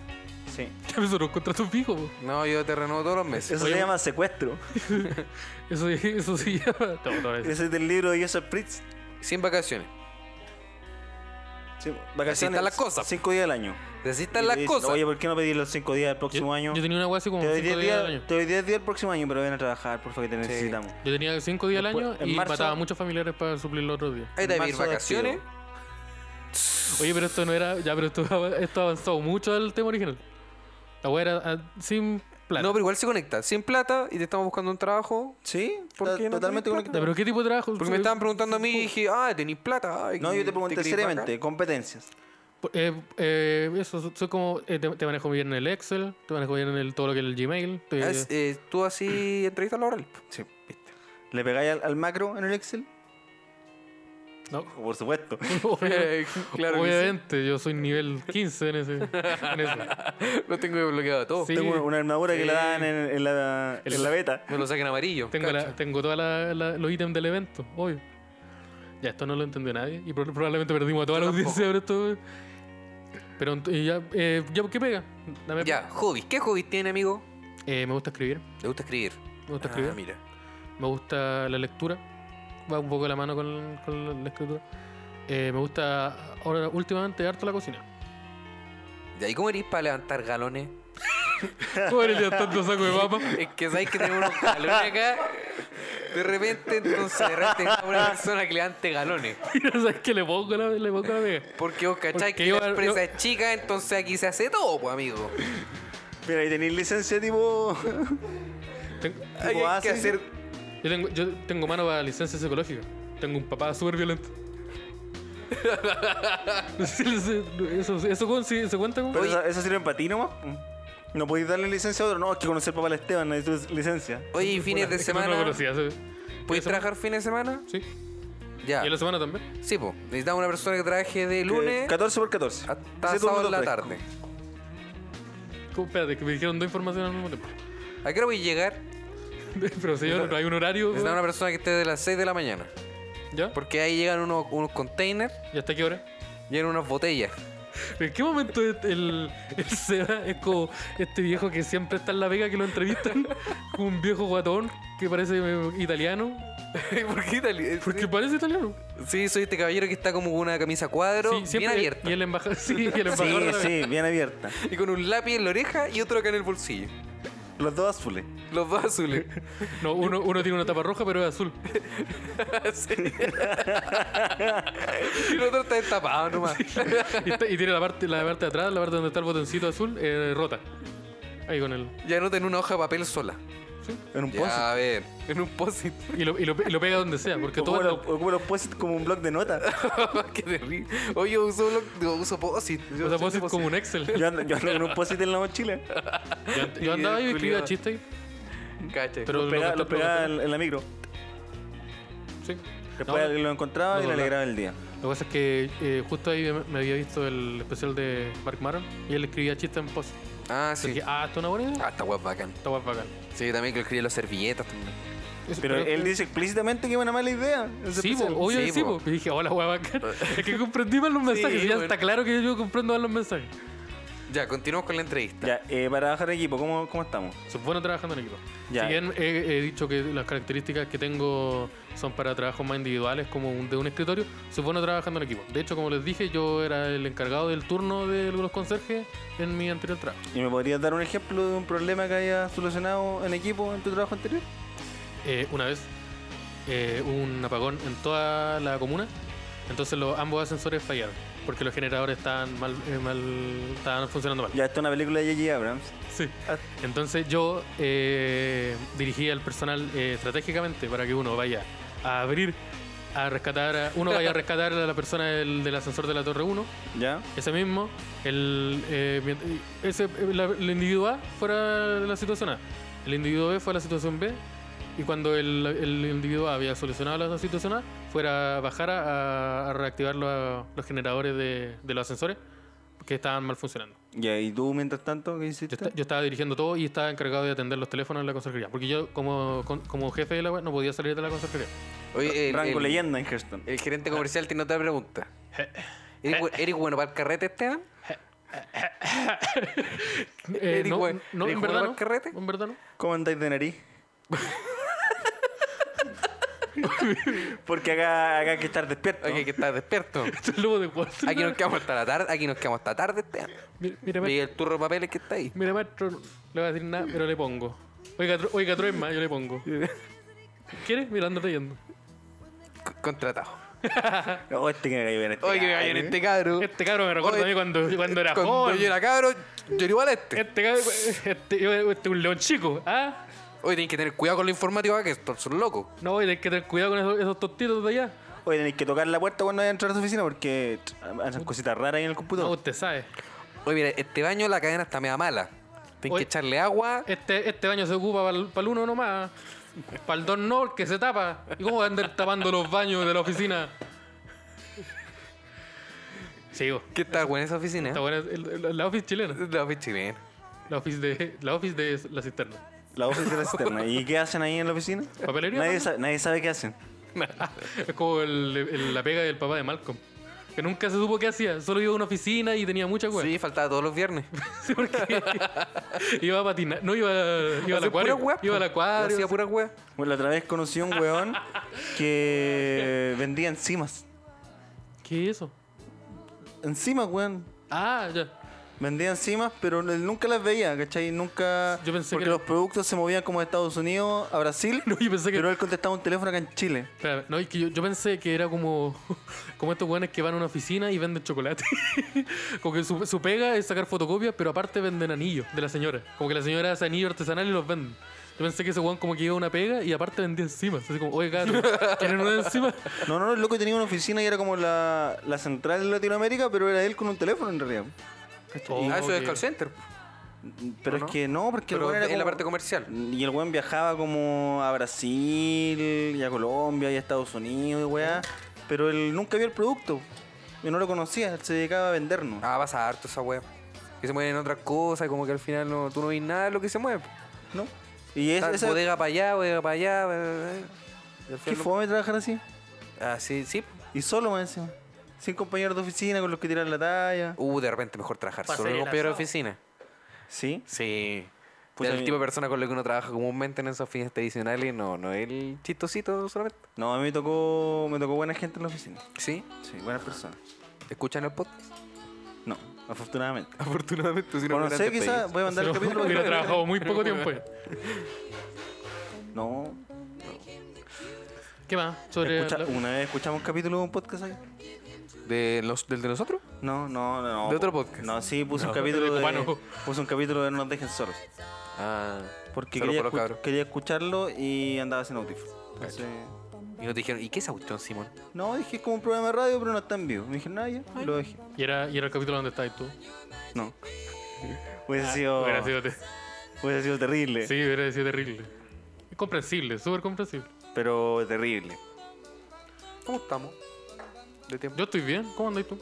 [SPEAKER 4] Sí.
[SPEAKER 2] Eso no es contra tu fijo. po.
[SPEAKER 3] No, yo te renovo todos los meses.
[SPEAKER 4] Eso se llama secuestro.
[SPEAKER 2] Eso, eso sí. llama- No, no, es-
[SPEAKER 4] Ese es del libro de Joseph Pritz.
[SPEAKER 3] Sin vacaciones.
[SPEAKER 4] Sí,
[SPEAKER 3] Así
[SPEAKER 4] vacaciones.
[SPEAKER 3] están las cosas.
[SPEAKER 4] Cinco días al año.
[SPEAKER 3] Necesitan
[SPEAKER 4] Y
[SPEAKER 3] las
[SPEAKER 4] le dicen,
[SPEAKER 3] cosas.
[SPEAKER 4] Oye, ¿por qué no pedir los cinco días del próximo
[SPEAKER 2] yo,
[SPEAKER 4] año?
[SPEAKER 2] yo tenía una weá así como
[SPEAKER 4] te doy 10
[SPEAKER 2] 5 días al
[SPEAKER 4] días,
[SPEAKER 2] año.
[SPEAKER 4] te doy 10 días el próximo año, pero ven a trabajar, por favor, que te
[SPEAKER 3] Sí.
[SPEAKER 4] necesitamos.
[SPEAKER 2] Yo tenía 5 días al año
[SPEAKER 4] Después, en
[SPEAKER 2] y
[SPEAKER 4] marzo-
[SPEAKER 2] mataba a muchos familiares para suplir los otros días.
[SPEAKER 3] Ahí te voy a ir
[SPEAKER 4] marzo de
[SPEAKER 3] vacaciones.
[SPEAKER 2] Oye, pero esto no era. Ya, pero esto, esto avanzó mucho al tema original. La weá era ah, sin plan.
[SPEAKER 3] No, pero igual se conecta. Sin plata y te estamos buscando un trabajo.
[SPEAKER 4] ¿Sí?
[SPEAKER 3] ¿Por
[SPEAKER 4] ta-
[SPEAKER 3] qué no
[SPEAKER 4] Totalmente
[SPEAKER 3] tenés
[SPEAKER 4] conectado.
[SPEAKER 2] pero ¿qué tipo de trabajo?
[SPEAKER 3] Porque me estaban preguntando a mí y dije, ah, tenéis plata. ay,
[SPEAKER 4] No, yo te pregunté
[SPEAKER 3] querís
[SPEAKER 4] seriamente,
[SPEAKER 3] vaca.
[SPEAKER 4] competencias.
[SPEAKER 2] Eh, eh, eso, so- soy como. eh, te, te manejo bien el Excel, te manejo bien el, todo lo que es el Gmail. te-
[SPEAKER 3] Ah, es, eh, tú así entrevistas laboral.
[SPEAKER 4] Sí, viste. ¿Le pegáis al, al macro en el Excel?
[SPEAKER 2] No.
[SPEAKER 4] Por supuesto.
[SPEAKER 3] claro
[SPEAKER 2] Obviamente, yo soy nivel 15 en ese. en eso.
[SPEAKER 3] Lo tengo desbloqueado todo.
[SPEAKER 2] Sí.
[SPEAKER 4] Tengo una- una armadura que
[SPEAKER 3] Sí.
[SPEAKER 4] la dan en, en la, en la beta.
[SPEAKER 3] Me lo saquen amarillo.
[SPEAKER 2] Tengo, la-
[SPEAKER 3] cacha.
[SPEAKER 2] tengo todos los ítems del evento, obvio. Ya, esto no lo entendió nadie. Y pro- probablemente perdimos a toda
[SPEAKER 3] Yo
[SPEAKER 2] la audiencia por esto. Pero ent- y ya, eh, ya, ¿qué pega? Dame-
[SPEAKER 3] Ya, hobbies. ¿Qué hobbies tiene, amigo?
[SPEAKER 2] Eh, me gusta escribir.
[SPEAKER 3] Le gusta escribir.
[SPEAKER 2] Me gusta
[SPEAKER 3] Ah,
[SPEAKER 2] escribir.
[SPEAKER 3] mira.
[SPEAKER 2] Me gusta la lectura. Va un poco de la mano con, con la, la escritura. Eh, me gusta ahora últimamente harto la cocina.
[SPEAKER 3] ¿Y ahí cómo eres para levantar galones?
[SPEAKER 2] Pobre ya tanto saco de papa.
[SPEAKER 3] Es que sabes que tengo unos galones acá. De repente, entonces, de repente tengo una persona que levante galones.
[SPEAKER 2] Mira, ¿sabes qué? Le pongo la, le pongo la pega.
[SPEAKER 3] Porque vos cacháis
[SPEAKER 2] Porque
[SPEAKER 3] que
[SPEAKER 2] yo-
[SPEAKER 3] la empresa
[SPEAKER 2] yo-
[SPEAKER 3] es chica, entonces aquí se hace todo, pues, amigo.
[SPEAKER 4] Mira, ahí tenéis licencia tipo.
[SPEAKER 2] Tengo-
[SPEAKER 3] Ahí hay que
[SPEAKER 4] haces?
[SPEAKER 3] hacer.
[SPEAKER 2] Yo tengo, yo tengo mano para licencia psicológica. Tengo un papá súper violento. No sé si- eso, eso, con- sí, ¿Se cuenta? con?
[SPEAKER 4] Pero eso, eso sirve para ti nomás. No podéis darle licencia a otro. No, es que conocer papá al Esteban, necesitas licencia.
[SPEAKER 3] Oye, y fines de
[SPEAKER 2] Es que no lo
[SPEAKER 3] semana.
[SPEAKER 2] conocía, sí.
[SPEAKER 3] ¿Puedes
[SPEAKER 2] Esa-
[SPEAKER 3] trabajar fines de semana?
[SPEAKER 2] Sí.
[SPEAKER 3] Ya.
[SPEAKER 2] Y en la semana también.
[SPEAKER 3] Sí, pues. Necesitamos una persona que trabaje de lunes
[SPEAKER 4] 14 por 14.
[SPEAKER 3] hasta
[SPEAKER 4] Ese turno
[SPEAKER 3] sábado en la
[SPEAKER 4] fresco.
[SPEAKER 3] tarde.
[SPEAKER 2] ¿Cómo? Espérate, que me dijeron dos informaciones al mismo tiempo.
[SPEAKER 3] ¿A qué hora voy a llegar?
[SPEAKER 2] Uh-huh. Pero señor, no hay un horario.
[SPEAKER 3] Necesitamos una persona que esté de las 6 de la mañana.
[SPEAKER 2] ¿Ya?
[SPEAKER 3] Porque ahí llegan unos, unos containers
[SPEAKER 2] ¿Y hasta qué hora?
[SPEAKER 3] llegan unas botellas.
[SPEAKER 2] ¿En qué momento el, el, el Seba es como este viejo que siempre está en la vega que lo entrevistan? Un viejo guatón que parece eh, italiano.
[SPEAKER 3] ¿Por qué Italia?
[SPEAKER 2] Porque parece italiano.
[SPEAKER 3] Sí, soy este caballero que está como con una camisa cuadro,
[SPEAKER 2] Sí, siempre-
[SPEAKER 3] bien abierta.
[SPEAKER 2] Y el embajador. Sí, y el embajador.
[SPEAKER 4] Sí,
[SPEAKER 2] de la-
[SPEAKER 4] sí, bien abierta.
[SPEAKER 3] Y con un lápiz en la oreja y otro acá en el bolsillo.
[SPEAKER 4] Los dos azules.
[SPEAKER 3] Los dos azules.
[SPEAKER 2] No, uno, uno tiene una tapa roja, pero es azul.
[SPEAKER 3] Sí. y el otro está destapado nomás.
[SPEAKER 2] Y, está- y tiene la parte, la parte de atrás, la parte donde está el botoncito azul, eh, rota. Ahí con él.
[SPEAKER 3] Ya no tiene una hoja de papel sola.
[SPEAKER 4] En un post.
[SPEAKER 3] Ya, a ver, en un posit.
[SPEAKER 2] Y lo, y lo, y lo pega donde sea, porque todo.
[SPEAKER 4] Ocupa los, ocupa los post como un blog de notas.
[SPEAKER 3] Qué terrible. Oye, yo uso, lo, yo uso posit. Yo
[SPEAKER 2] O sea, puedo
[SPEAKER 3] soy de
[SPEAKER 2] decir como un Excel.
[SPEAKER 4] Yo ando, yo ando con un post en la mochila.
[SPEAKER 2] Yo, an- yo andaba ahí y escribía
[SPEAKER 3] Culeado.
[SPEAKER 2] chistes.
[SPEAKER 3] Cacha.
[SPEAKER 2] Pero
[SPEAKER 4] Los pegaba,
[SPEAKER 2] gasté-
[SPEAKER 4] los pegaba
[SPEAKER 2] gasté-
[SPEAKER 4] en, en la micro.
[SPEAKER 2] Sí.
[SPEAKER 4] Después
[SPEAKER 2] No,
[SPEAKER 4] lo encontraba y
[SPEAKER 2] no,
[SPEAKER 4] le
[SPEAKER 2] no.
[SPEAKER 4] alegraba el día.
[SPEAKER 2] Lo que pasa es que eh, justo ahí me- me había visto el especial de Mark Maron y él escribía chistes en post.
[SPEAKER 3] Ah, sí.
[SPEAKER 2] Dije, ah, esto es una buena idea.
[SPEAKER 3] Ah, está guapo, bacán.
[SPEAKER 2] Está guapo bacán.
[SPEAKER 3] Sí, también que lo escribí en las servilletas también.
[SPEAKER 2] Eso-
[SPEAKER 4] Pero él dice explícitamente que es una mala idea. ese
[SPEAKER 2] Sí,
[SPEAKER 4] especial.
[SPEAKER 2] po, obvio
[SPEAKER 3] Sí,
[SPEAKER 2] que sí,
[SPEAKER 3] po.
[SPEAKER 2] po. Y dije, hola, weá, bacán. Es que comprendí mal los mensajes. y ya
[SPEAKER 3] bueno.
[SPEAKER 2] está claro que yo comprendo mal los mensajes.
[SPEAKER 3] Ya, continuamos con la entrevista.
[SPEAKER 4] Ya, eh, para bajar equipo, ¿cómo, cómo estamos?
[SPEAKER 2] Son buenos trabajando en equipo.
[SPEAKER 4] Ya.
[SPEAKER 2] Si bien he, he dicho que las características que tengo son para trabajos más individuales, como un- de un escritorio, soy bueno trabajando en equipo. De hecho, como les dije, yo era el encargado del turno de los conserjes en mi anterior trabajo.
[SPEAKER 4] ¿Y me podrías dar un ejemplo de un problema que hayas solucionado en equipo en tu trabajo anterior?
[SPEAKER 2] Eh, una vez eh, hubo un apagón en toda la comuna, entonces los, ambos ascensores fallaron, porque los generadores estaban, mal, eh, mal, estaban funcionando mal.
[SPEAKER 4] Ya, esto es una película de J.J. Abrams.
[SPEAKER 2] Sí.
[SPEAKER 4] Ah.
[SPEAKER 2] Entonces yo eh, dirigía al personal eh, estratégicamente para que uno vaya a abrir, a rescatar, a- uno vaya a rescatar a la persona del, del ascensor de la Torre 1,
[SPEAKER 4] ¿Ya?
[SPEAKER 2] ese mismo, el, eh, mient- ese, eh, la- el individuo A fuera de la situación A, el individuo B fue a la situación B, y cuando el, el individuo A había solucionado la situación A, fuera a bajar a, a reactivar los, los generadores de, de los ascensores que estaban mal funcionando.
[SPEAKER 4] Ya, ¿y tú mientras tanto qué
[SPEAKER 2] Yo,
[SPEAKER 4] hiciste?
[SPEAKER 2] esta- yo estaba dirigiendo todo y estaba encargado de atender los teléfonos en la conserjería. Porque yo, como, con- como jefe de la web, no podía salir de la conserjería.
[SPEAKER 3] Oye, el,
[SPEAKER 4] Rango
[SPEAKER 3] el-
[SPEAKER 4] leyenda en Hearthstone.
[SPEAKER 3] el gerente comercial tiene otra pregunta. ¿Eres, bu- eres bueno para el carrete, Esteban?
[SPEAKER 2] Eh,
[SPEAKER 3] Eric,
[SPEAKER 2] no,
[SPEAKER 3] güey,
[SPEAKER 2] no,
[SPEAKER 3] ¿Eric
[SPEAKER 2] en
[SPEAKER 3] jugaba
[SPEAKER 2] verdad
[SPEAKER 3] al
[SPEAKER 2] no.
[SPEAKER 3] carrete?
[SPEAKER 2] En verdad no.
[SPEAKER 4] ¿Cómo andáis de nariz? Porque acá, acá hay que estar despierto.
[SPEAKER 3] Aquí hay que estar despierto.
[SPEAKER 2] El lobo de Wall Street.
[SPEAKER 3] Aquí nos quedamos hasta la tarde, aquí nos quedamos hasta tarde, Esteban.
[SPEAKER 2] Mira, mira,
[SPEAKER 3] Y
[SPEAKER 2] maestro,
[SPEAKER 3] el turro de papeles que está ahí.
[SPEAKER 2] mira, maestro, no le voy a decir nada, pero le pongo. Oiga, tro- oiga más, yo le pongo. ¿Quieres? Mira, ando leyendo.
[SPEAKER 3] C- contratado.
[SPEAKER 4] Oh, este que me cayó bien. Este
[SPEAKER 3] Oye, que me cayó en este cabro.
[SPEAKER 2] Este cabrón me recuerda a mí
[SPEAKER 3] Oye, eh,
[SPEAKER 2] cuando, cuando era
[SPEAKER 3] Cuando
[SPEAKER 2] joven.
[SPEAKER 3] yo era cabro, yo era igual a este.
[SPEAKER 2] Este cabrón, este, yo- este un león chico. ¿Ah?
[SPEAKER 3] Oye, tienen que tener cuidado con los informáticos, que estos son locos.
[SPEAKER 2] No, y hay que tener cuidado con esos, esos tostitos de allá.
[SPEAKER 4] Oye, tenéis que tocar la puerta cuando vayas a entrar a su oficina porque tch, hacen cositas raras ahí en el
[SPEAKER 2] No,
[SPEAKER 4] computador.
[SPEAKER 2] usted sabe.
[SPEAKER 3] Oye, mira, este baño la cadena está media mala. Tienen que
[SPEAKER 2] Oye.
[SPEAKER 3] echarle agua.
[SPEAKER 2] Este, este baño se ocupa para el uno nomás. Para el dos no, el que se tapa. ¿Y cómo va a andar tapando los baños de la oficina? Sigo.
[SPEAKER 3] ¿Qué tal, güey, en esa oficina?
[SPEAKER 2] Está buena el- el- la office chilena.
[SPEAKER 3] La oficina chilena.
[SPEAKER 2] La office de la, office de la cisterna.
[SPEAKER 4] La office de la cisterna. ¿Y qué hacen ahí en la oficina?
[SPEAKER 2] Papelería,
[SPEAKER 4] Nadie,
[SPEAKER 2] ¿no?
[SPEAKER 4] sa- nadie sabe qué hacen.
[SPEAKER 2] Es como el- el- la pega del papá de Malcolm. Que nunca se supo qué hacía. Solo iba a una oficina y tenía mucha hueá.
[SPEAKER 3] Sí, faltaba todos los viernes.
[SPEAKER 2] Iba a patinar. No, iba, iba al
[SPEAKER 3] Hacía
[SPEAKER 2] acuario.
[SPEAKER 3] pura hueá,
[SPEAKER 2] Iba al
[SPEAKER 3] po.
[SPEAKER 2] acuario.
[SPEAKER 3] Hacía pura hueá.
[SPEAKER 4] Bueno, la otra vez conocí a un weón que vendía encimas.
[SPEAKER 2] ¿Qué es eso?
[SPEAKER 4] Encimas, weón.
[SPEAKER 2] Ah, ya.
[SPEAKER 4] Vendía encimas, pero él nunca las veía, ¿cachai? Nunca.
[SPEAKER 2] Yo pensé
[SPEAKER 4] porque
[SPEAKER 2] que-
[SPEAKER 4] los productos se movían como de Estados Unidos a Brasil.
[SPEAKER 2] No, yo pensé que-
[SPEAKER 4] Pero él contestaba un teléfono acá en Chile.
[SPEAKER 2] Espera, no, es que yo, yo pensé que era como, como estos weones que van a una oficina y venden chocolate. como que su, su pega es sacar fotocopias, pero aparte venden anillos de la señora. Como que la señora hace anillos artesanales y los vende. Yo pensé que ese weón como que iba a una pega y aparte vendía encima. Así como, oye, cabrón, ¿quieren una encima?
[SPEAKER 4] No, no, el loco tenía una oficina y era como la, la central de Latinoamérica, pero era él con un teléfono en realidad.
[SPEAKER 2] Oh,
[SPEAKER 3] ah, eso es
[SPEAKER 2] ok.
[SPEAKER 3] call center.
[SPEAKER 4] Pero
[SPEAKER 3] ¿No?
[SPEAKER 4] es que no, porque el
[SPEAKER 3] Pero
[SPEAKER 4] weón era
[SPEAKER 3] en la
[SPEAKER 4] como-
[SPEAKER 3] parte comercial.
[SPEAKER 4] Y el weón viajaba como a Brasil, y a Colombia, y a Estados Unidos, y weá. Pero él nunca vio el producto. Yo no lo conocía, él se dedicaba a vendernos.
[SPEAKER 3] Ah, vas a harto esa hueá. Que se mueven en otras cosas, como que al final no, tú no ves nada de lo que se mueve.
[SPEAKER 4] ¿No? Y es,
[SPEAKER 3] Tal-
[SPEAKER 4] esa-
[SPEAKER 3] Bodega para allá, bodega para allá. eh, eh. Y al
[SPEAKER 4] Qué
[SPEAKER 3] final no-
[SPEAKER 4] fome trabajar así.
[SPEAKER 3] Ah, sí, sí.
[SPEAKER 4] Y solo más encima. Sin compañeros de oficina con los que tiran la talla.
[SPEAKER 3] Uh, de repente mejor trabajar
[SPEAKER 1] Para
[SPEAKER 3] solo
[SPEAKER 1] hacer
[SPEAKER 3] con
[SPEAKER 1] el
[SPEAKER 3] compañeros de
[SPEAKER 1] asado.
[SPEAKER 3] oficina.
[SPEAKER 4] Sí.
[SPEAKER 3] Sí.
[SPEAKER 4] Puta,
[SPEAKER 3] el
[SPEAKER 4] mi-
[SPEAKER 3] tipo de persona con la que uno trabaja comúnmente en esas fines tradicionales, no, no es el chistosito solamente.
[SPEAKER 4] No, a mí me tocó, me tocó buena gente en la oficina.
[SPEAKER 3] Sí.
[SPEAKER 4] Sí, buenas personas.
[SPEAKER 3] ¿Escuchan el podcast?
[SPEAKER 4] No, afortunadamente.
[SPEAKER 3] Afortunadamente, si
[SPEAKER 4] O no sé, quizás voy a mandar el capítulo.
[SPEAKER 2] Hubiera trabajado muy poco tiempo. eh.
[SPEAKER 4] No.
[SPEAKER 2] ¿Qué más? Sobre
[SPEAKER 4] Escucha-
[SPEAKER 2] la-
[SPEAKER 4] Una vez escuchamos un capítulo de un podcast ahí.
[SPEAKER 3] ¿De los, ¿Del de nosotros?
[SPEAKER 4] No, no, no. no.
[SPEAKER 3] ¿De otro podcast?
[SPEAKER 4] No, sí, puse
[SPEAKER 3] No.
[SPEAKER 4] un capítulo
[SPEAKER 2] De
[SPEAKER 4] de.
[SPEAKER 2] cubano.
[SPEAKER 4] Puse un capítulo de No nos dejen solos.
[SPEAKER 3] Ah.
[SPEAKER 4] Porque
[SPEAKER 3] Solo
[SPEAKER 4] quería,
[SPEAKER 3] por los
[SPEAKER 4] escu-
[SPEAKER 3] cabros.
[SPEAKER 4] quería escucharlo y andaba sin audífono. Entonces,
[SPEAKER 3] Y nos dijeron, ¿y qué es Agustín Simón?
[SPEAKER 4] no, dije es como un programa de radio, pero no está en vivo. Me dije, nada, ya, y lo dejé.
[SPEAKER 2] y, era, y era el capítulo donde estabas tú.
[SPEAKER 4] No.
[SPEAKER 3] Ah,
[SPEAKER 4] Hubiese sido,
[SPEAKER 2] Hubiera sido te-
[SPEAKER 4] hubiese sido terrible.
[SPEAKER 2] Sí, hubiera sido terrible. Es comprensible, súper comprensible.
[SPEAKER 4] Pero terrible.
[SPEAKER 3] ¿Cómo estamos? De tiempo.
[SPEAKER 2] Yo estoy bien, ¿cómo andas tú?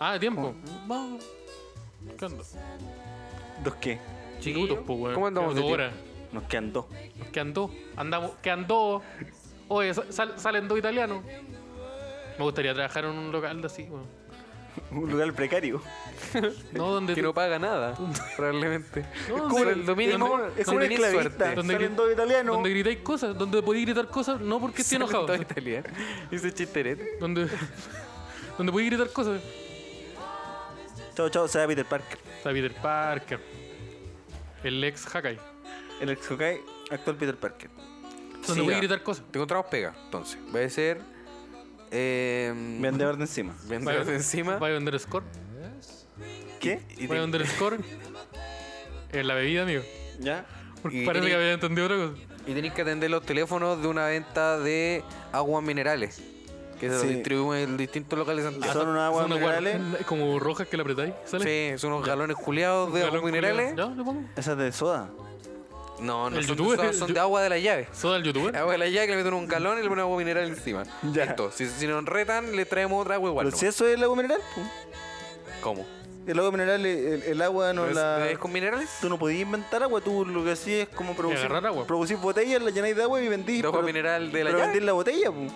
[SPEAKER 2] Ah, de tiempo.
[SPEAKER 3] Oh,
[SPEAKER 2] Vamos. ¿Qué onda?
[SPEAKER 4] ¿Dos qué?
[SPEAKER 2] Minutos, pues, weón.
[SPEAKER 3] ¿Cómo andamos de
[SPEAKER 2] Quedan dos
[SPEAKER 3] tiempo?
[SPEAKER 2] horas.
[SPEAKER 4] Nos quedan dos.
[SPEAKER 2] Que andó, andamos, que andó. Oye, sa- sal- salen dos italianos. Me gustaría trabajar en un local de así, weón.
[SPEAKER 4] Un lugar precario.
[SPEAKER 2] No, donde
[SPEAKER 3] Que no paga nada, probablemente.
[SPEAKER 2] No,
[SPEAKER 3] es
[SPEAKER 2] sí.
[SPEAKER 3] como el dominio.
[SPEAKER 2] ¿Dónde-
[SPEAKER 4] Es
[SPEAKER 3] si
[SPEAKER 4] como un
[SPEAKER 3] tenés
[SPEAKER 4] esclavista.
[SPEAKER 2] ¿Dónde
[SPEAKER 4] Salen
[SPEAKER 2] gri-
[SPEAKER 4] dos italianos.
[SPEAKER 2] donde gritáis cosas, donde podéis gritar cosas, no porque esté
[SPEAKER 3] Sale
[SPEAKER 2] enojado.
[SPEAKER 3] todo italiano. Hice chisterete.
[SPEAKER 2] Donde, donde podéis gritar cosas.
[SPEAKER 4] Chao, chao, se va Peter Parker.
[SPEAKER 2] Está Peter Parker. El ex Hakai.
[SPEAKER 4] El ex Hokage, actual Peter Parker.
[SPEAKER 2] Donde
[SPEAKER 3] Sí,
[SPEAKER 2] podéis
[SPEAKER 3] ya.
[SPEAKER 2] gritar cosas.
[SPEAKER 3] Te encontramos pega, entonces. Va a ser. Eh,
[SPEAKER 4] Vendedor de encima.
[SPEAKER 3] vendedor de encima.
[SPEAKER 2] Voy a vender score.
[SPEAKER 4] ¿Qué?
[SPEAKER 3] Y
[SPEAKER 2] Voy a
[SPEAKER 3] te-
[SPEAKER 2] vender score. En la bebida, amigo.
[SPEAKER 4] ¿Ya?
[SPEAKER 2] Porque
[SPEAKER 3] Y
[SPEAKER 2] parece
[SPEAKER 3] tenés-
[SPEAKER 2] que había entendido otra cosa.
[SPEAKER 3] Y tenéis que atender los teléfonos de una venta de aguas minerales. Que se
[SPEAKER 4] Sí.
[SPEAKER 3] distribuyen en distintos locales de Santiago.
[SPEAKER 4] Son unas aguas
[SPEAKER 2] Son aguas-
[SPEAKER 4] minerales.
[SPEAKER 2] Como rojas que la apretáis. ¿Sale?
[SPEAKER 3] Sí, son unos galones culiados de ¿eh? aguas
[SPEAKER 2] Galón
[SPEAKER 3] minerales.
[SPEAKER 2] culiao. ¿Ya? ¿Lo pongo?
[SPEAKER 4] Esas de soda.
[SPEAKER 3] No, no,
[SPEAKER 2] El
[SPEAKER 3] son,
[SPEAKER 2] youtuber-
[SPEAKER 3] son- son de agua de la llave.
[SPEAKER 2] ¿Soda del youtuber?
[SPEAKER 3] Agua de la llave que le meten un galón y le ponen agua mineral encima.
[SPEAKER 4] Ya.
[SPEAKER 3] Listo. Si, si nos retan, le traemos otra agua igual.
[SPEAKER 4] Pero
[SPEAKER 3] nomás.
[SPEAKER 4] si eso es el agua mineral, pues.
[SPEAKER 3] ¿Cómo?
[SPEAKER 4] El agua mineral, el, el agua no
[SPEAKER 3] ¿No es,
[SPEAKER 4] la.
[SPEAKER 3] es con minerales?
[SPEAKER 4] Tú no podías inventar agua, tú lo que hacías es como producir.
[SPEAKER 2] agarrar agua.
[SPEAKER 4] Producir botellas, la llenáis de agua y vendís.
[SPEAKER 3] De agua
[SPEAKER 4] pero-
[SPEAKER 3] mineral de la
[SPEAKER 4] pero
[SPEAKER 3] llave.
[SPEAKER 4] vendís la botella, pues.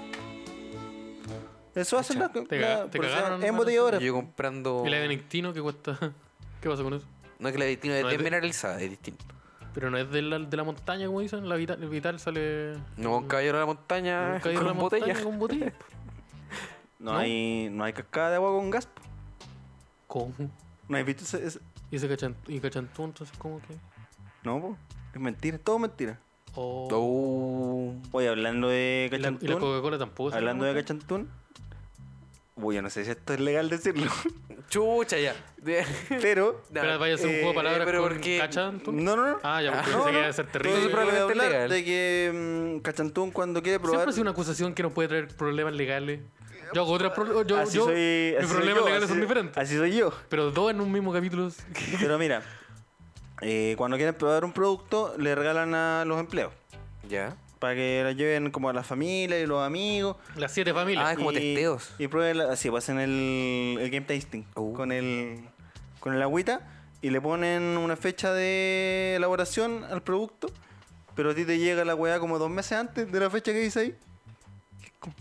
[SPEAKER 4] Eso hacen las.
[SPEAKER 2] te
[SPEAKER 4] la-
[SPEAKER 2] ca- te
[SPEAKER 4] por eso se
[SPEAKER 2] cagaron,
[SPEAKER 4] llaman
[SPEAKER 2] hermano.
[SPEAKER 4] embotelladoras.
[SPEAKER 3] Y Yo comprando.
[SPEAKER 2] Y la ivermectina que cuesta. ¿Qué pasa con eso?
[SPEAKER 3] No es que la distinta, es
[SPEAKER 2] No, es de-
[SPEAKER 3] desmineralizada, es distinto.
[SPEAKER 2] Pero no es de la, de la montaña, como dicen. La vital, el vital sale.
[SPEAKER 3] No con caballero de la montaña,
[SPEAKER 2] nunca he ido a
[SPEAKER 3] con
[SPEAKER 2] la montaña
[SPEAKER 3] botella.
[SPEAKER 2] Con botella.
[SPEAKER 4] No,
[SPEAKER 2] ¿no?
[SPEAKER 4] hay, no hay cascada de agua con gas, po.
[SPEAKER 2] ¿Cómo?
[SPEAKER 4] No hay visto ese. ese-
[SPEAKER 2] Y ese cachan, y cachantún, entonces, ¿cómo que?
[SPEAKER 4] No, po. Es mentira, es todo mentira.
[SPEAKER 2] Oh.
[SPEAKER 3] Oh.
[SPEAKER 4] Oye, hablando de
[SPEAKER 2] Y la, y la
[SPEAKER 4] cachantún.
[SPEAKER 2] Coca-Cola tampoco. sale
[SPEAKER 4] Hablando
[SPEAKER 2] de
[SPEAKER 4] de cachantún. Uy, yo no sé si esto es legal decirlo.
[SPEAKER 3] Chucha ya. De-
[SPEAKER 4] pero.
[SPEAKER 3] No,
[SPEAKER 2] Pero vaya a ser un juego de
[SPEAKER 4] eh,
[SPEAKER 2] palabras
[SPEAKER 3] pero
[SPEAKER 2] con
[SPEAKER 3] porque-
[SPEAKER 2] cachantún.
[SPEAKER 4] No, no, no.
[SPEAKER 2] Ah, ya, porque
[SPEAKER 4] No,
[SPEAKER 2] pensé que
[SPEAKER 4] no.
[SPEAKER 2] iba a ser terrible.
[SPEAKER 4] Entonces,
[SPEAKER 3] Eso es
[SPEAKER 4] voy a
[SPEAKER 3] probablemente legal.
[SPEAKER 4] hablar de que mm, Cachantún cuando quiere probar...
[SPEAKER 2] Siempre ha sido una acusación que nos puede traer problemas legales. Yo hago otras pro- yo,
[SPEAKER 4] así
[SPEAKER 2] yo-
[SPEAKER 4] Ah, soy, así
[SPEAKER 2] Mis
[SPEAKER 4] soy
[SPEAKER 2] problemas
[SPEAKER 4] yo,
[SPEAKER 2] legales
[SPEAKER 4] así-
[SPEAKER 2] son diferentes.
[SPEAKER 4] Así soy yo.
[SPEAKER 2] Pero dos en un mismo capítulo.
[SPEAKER 4] Pero mira, eh, cuando quieren probar un producto, le regalan a los empleados.
[SPEAKER 3] Ya.
[SPEAKER 4] Para que la lleven como a la familia y los amigos.
[SPEAKER 2] Las siete
[SPEAKER 3] Ah,
[SPEAKER 2] familias.
[SPEAKER 3] es como
[SPEAKER 4] y-
[SPEAKER 3] testeos.
[SPEAKER 4] Y prueben, la- así, pasen el, el game tasting.
[SPEAKER 3] Uh.
[SPEAKER 4] Con, el, con el agüita. Y le ponen una fecha de elaboración al producto. Pero a ti te llega la weá como dos meses antes de la fecha que dice ahí.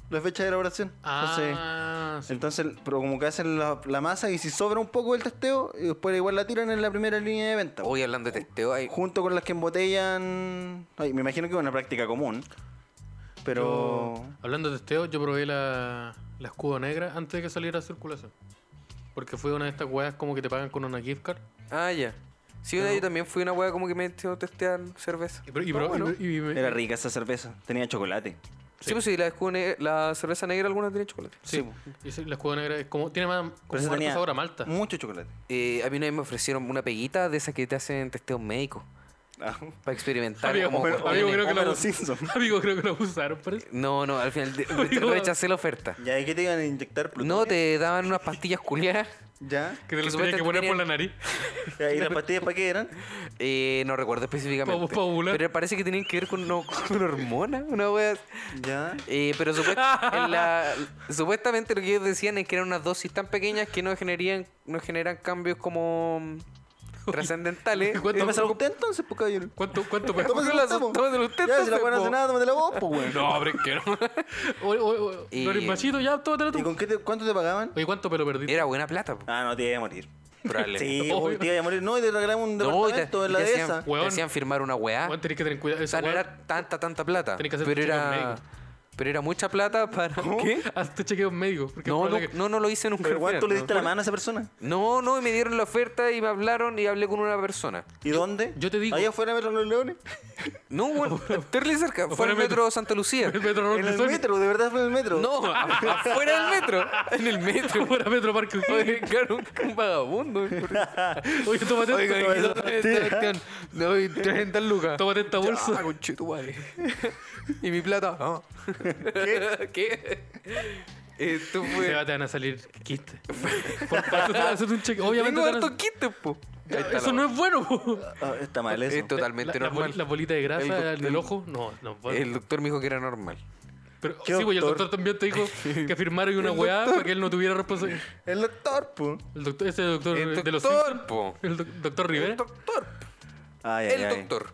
[SPEAKER 4] La fecha de elaboración. Entonces,
[SPEAKER 2] Ah, sí.
[SPEAKER 4] entonces, pero como que hacen la, la masa y si sobra un poco el testeo, y después igual la tiran en la primera línea de venta.
[SPEAKER 3] Hoy hablando de testeo, hay...
[SPEAKER 4] Junto con las que embotellan. Ay, me imagino que es una práctica común. Pero.
[SPEAKER 2] Yo- hablando de testeo, yo probé la, la escudo negra antes de que saliera a circulación. Porque fue una de estas weas como que te pagan con una gift card.
[SPEAKER 3] Ah, ya. Sí, una- yo también fui una wea como que me metió a testear cerveza.
[SPEAKER 2] Y, pro- y
[SPEAKER 3] No,
[SPEAKER 2] pro-
[SPEAKER 3] bueno.
[SPEAKER 2] y- y me-
[SPEAKER 4] Era rica esa cerveza. Tenía chocolate.
[SPEAKER 3] Sí, pues sí, la, escudo ne- la cerveza negra alguna tiene chocolate.
[SPEAKER 2] Sí, y sí, la escudo negra es como, tiene más como
[SPEAKER 4] Pero esa
[SPEAKER 2] harto
[SPEAKER 4] tenía
[SPEAKER 2] sabor a malta.
[SPEAKER 4] Mucho chocolate.
[SPEAKER 3] Eh, a mí una vez me ofrecieron una peguita de esas que te hacen testeos médicos para experimentar.
[SPEAKER 2] Amigo,
[SPEAKER 3] como
[SPEAKER 2] pero-
[SPEAKER 3] cuestiones.
[SPEAKER 2] amigo, creo que la
[SPEAKER 4] Homero
[SPEAKER 2] abus-
[SPEAKER 4] Ah. Simpson.
[SPEAKER 2] Amigo, creo que lo abusaron, parece.
[SPEAKER 3] No, no, al final de-
[SPEAKER 2] Amigo.
[SPEAKER 3] rechacé la oferta.
[SPEAKER 4] ¿Ya? ¿Y qué te iban a inyectar?
[SPEAKER 3] No, te daban unas pastillas culiadas.
[SPEAKER 4] ¿Ya?
[SPEAKER 2] Que te lo tenías que
[SPEAKER 3] Que supuestamente
[SPEAKER 2] poner por la
[SPEAKER 3] tenían-
[SPEAKER 2] nariz.
[SPEAKER 4] Ya, ¿Y las pastillas para qué eran?
[SPEAKER 3] Eh, no recuerdo específicamente.
[SPEAKER 2] Pa- pa ovular.
[SPEAKER 3] Pero parece que tenían que ver con, no, con una hormona, una wea.
[SPEAKER 4] ¿Ya?
[SPEAKER 3] Eh, pero supuest- en la- supuestamente lo que ellos decían es que eran unas dosis tan pequeñas que no, generarían, no generan cambios como mm, trascendentales.
[SPEAKER 2] ¿Cuánto-
[SPEAKER 4] Tómeselo usted entonces, pues, caballero.
[SPEAKER 2] ¿Cuánto, cuánto pe-
[SPEAKER 4] Tómeselo
[SPEAKER 3] Tómela-
[SPEAKER 4] usted, po.
[SPEAKER 3] tómeselo usted,
[SPEAKER 4] Ya, si la
[SPEAKER 3] entonces,
[SPEAKER 4] weá no
[SPEAKER 3] po.
[SPEAKER 4] hace nada, tómela vos, pues, weón.
[SPEAKER 2] No, hombre, es que no. Oye, oye, oye,
[SPEAKER 3] Y-
[SPEAKER 2] no eres machito, ya, tómatela
[SPEAKER 4] ¿Y
[SPEAKER 2] tú.
[SPEAKER 4] con qué te- cuánto te pagaban?
[SPEAKER 2] Oye, ¿cuánto pelo perdiste?
[SPEAKER 3] Era buena plata, po,
[SPEAKER 4] Ah, no, te iba a morir.
[SPEAKER 3] probablemente.
[SPEAKER 4] Sí,
[SPEAKER 2] Obvio.
[SPEAKER 4] te iba a morir. No, y te regalaban un
[SPEAKER 3] No, y te,
[SPEAKER 4] departamento
[SPEAKER 3] y
[SPEAKER 4] en la
[SPEAKER 3] te
[SPEAKER 4] dehesa.
[SPEAKER 3] hacían, te
[SPEAKER 2] Weón.
[SPEAKER 3] hacían firmar una weá.
[SPEAKER 2] Weón, tenés que tener cuidado.
[SPEAKER 3] O sea,
[SPEAKER 2] Esa
[SPEAKER 3] no
[SPEAKER 2] weá-
[SPEAKER 3] era tanta, tanta plata.
[SPEAKER 2] Tenés que hacer
[SPEAKER 3] Pero
[SPEAKER 2] tu chequeo
[SPEAKER 3] era,
[SPEAKER 2] médico.
[SPEAKER 3] pero era mucha plata para. ¿Qué?
[SPEAKER 2] Hazte chequeos médicos. porque
[SPEAKER 3] No,
[SPEAKER 2] es
[SPEAKER 3] no,
[SPEAKER 2] probable que-
[SPEAKER 3] no, no lo hice nunca.
[SPEAKER 4] Pero,
[SPEAKER 3] al
[SPEAKER 4] weón,
[SPEAKER 3] final,
[SPEAKER 4] tú le
[SPEAKER 3] no.
[SPEAKER 4] diste la mano a esa persona.
[SPEAKER 3] No, no, y me dieron la oferta y me hablaron y hablé con una persona.
[SPEAKER 4] ¿Y dónde?
[SPEAKER 2] yo te digo-
[SPEAKER 4] Allá afuera de los leones.
[SPEAKER 3] No, bueno, terrible cerca. Fue
[SPEAKER 2] Fuera
[SPEAKER 3] al
[SPEAKER 2] metro.
[SPEAKER 3] metro Santa Lucía.
[SPEAKER 2] El metro
[SPEAKER 4] En el
[SPEAKER 2] Robertson.
[SPEAKER 4] metro, de verdad fue en el metro.
[SPEAKER 3] No, a- afuera del metro. En el metro.
[SPEAKER 2] Fuera Metro Parque
[SPEAKER 3] Oye,
[SPEAKER 2] O'Higgins.
[SPEAKER 3] claro, un, un vagabundo.
[SPEAKER 2] Oye, tómate
[SPEAKER 3] Oiga,
[SPEAKER 2] esto.
[SPEAKER 3] ¿qué son esta cuestión? Le doy 30 lucas.
[SPEAKER 2] Tómate esta
[SPEAKER 3] Ah,
[SPEAKER 2] bolsa.
[SPEAKER 3] conchetumare. ¿Y mi plata? No. ¿Qué? ¿Qué? Esto
[SPEAKER 2] Se va,
[SPEAKER 3] fue...
[SPEAKER 2] te van a salir quistes. Por falta de hacer un cheque. Obviamente.
[SPEAKER 3] Tengo
[SPEAKER 2] te van a-
[SPEAKER 3] hartos quistes, po. Ahí está
[SPEAKER 2] Eso
[SPEAKER 3] la-
[SPEAKER 2] no es bueno, po.
[SPEAKER 4] Ah, está mal eso.
[SPEAKER 3] Es totalmente
[SPEAKER 2] La- la
[SPEAKER 3] normal.
[SPEAKER 2] boli- Las bolitas de
[SPEAKER 3] El
[SPEAKER 2] grasa
[SPEAKER 3] doctor-
[SPEAKER 2] del ojo, no, no. bueno.
[SPEAKER 3] El doctor me dijo que era normal.
[SPEAKER 2] Pero
[SPEAKER 4] ¿Qué
[SPEAKER 2] sí, güey, el
[SPEAKER 4] doctor?
[SPEAKER 2] doctor también te dijo que firmara una weá para que él no tuviera responsabilidad.
[SPEAKER 4] El doctor, po.
[SPEAKER 2] El doctor, ese doctor,
[SPEAKER 3] El
[SPEAKER 2] de los
[SPEAKER 3] doctor,
[SPEAKER 2] Simpsons.
[SPEAKER 3] po.
[SPEAKER 2] El doc- doctor Rivera.
[SPEAKER 3] El doctor.
[SPEAKER 4] Ay, ay,
[SPEAKER 3] El
[SPEAKER 4] ay.
[SPEAKER 3] doctor.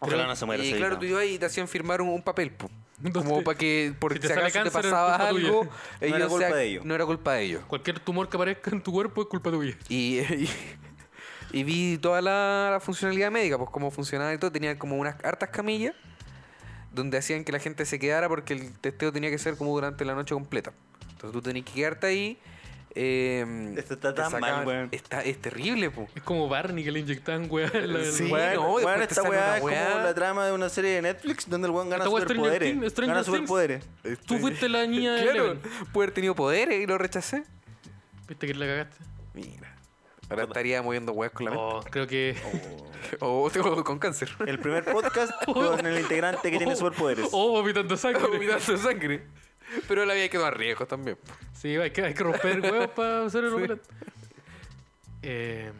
[SPEAKER 4] Ojalá no se muera
[SPEAKER 3] Eh, y
[SPEAKER 4] ese
[SPEAKER 3] claro,
[SPEAKER 4] día.
[SPEAKER 3] tú ibas y te hacían firmar un, un papel, po.
[SPEAKER 2] Entonces,
[SPEAKER 3] Como para que, por
[SPEAKER 2] si
[SPEAKER 3] si,
[SPEAKER 2] te sale
[SPEAKER 3] acaso te
[SPEAKER 2] cáncer, es
[SPEAKER 3] pasaba
[SPEAKER 2] culpa tuya.
[SPEAKER 3] algo,
[SPEAKER 2] No
[SPEAKER 3] ellos
[SPEAKER 4] era culpa
[SPEAKER 3] se-
[SPEAKER 4] de ellos.
[SPEAKER 3] No era culpa de ellos.
[SPEAKER 2] Cualquier tumor que aparezca en tu cuerpo es culpa tuya.
[SPEAKER 3] Y, y, y vi toda la, la funcionalidad médica, pues cómo funcionaba y todo. Tenían como unas hartas camillas donde hacían que la gente se quedara porque el testeo tenía que ser como durante la noche completa. Entonces tú tenías que quedarte ahí. eh,
[SPEAKER 4] Esto está
[SPEAKER 3] te
[SPEAKER 4] tan mal, weón.
[SPEAKER 3] Está, es terrible, pues. po.
[SPEAKER 2] Es como Barney que le inyectan weá. en la-
[SPEAKER 3] Sí,
[SPEAKER 4] Weón,
[SPEAKER 3] no,
[SPEAKER 4] weón,
[SPEAKER 3] después te
[SPEAKER 4] esta
[SPEAKER 3] sale
[SPEAKER 4] weá
[SPEAKER 3] una
[SPEAKER 4] es como
[SPEAKER 3] weá.
[SPEAKER 4] la trama de una serie de Netflix donde el weón gana
[SPEAKER 2] Esta weá es Stranger Things,
[SPEAKER 4] superpoderes.
[SPEAKER 2] Stranger
[SPEAKER 4] Gana
[SPEAKER 2] Things.
[SPEAKER 4] superpoderes.
[SPEAKER 2] Tú fuiste la niña de
[SPEAKER 3] este- Claro,
[SPEAKER 2] Eleven.
[SPEAKER 3] puede haber tenido poderes y lo rechacé.
[SPEAKER 2] Viste que la cagaste.
[SPEAKER 3] Mira. Ahora estaría moviendo weas con la mente.
[SPEAKER 2] Oh, creo que.
[SPEAKER 3] O tengo con cáncer.
[SPEAKER 4] El primer podcast con el integrante que tiene superpoderes.
[SPEAKER 2] Oh, vomitando sangre.
[SPEAKER 3] pues. Vomitando sangre. Pero la vida quedó a riesgo también. po.
[SPEAKER 2] Sí, hay que, hay que romper huevos para hacer el omelette. Eh,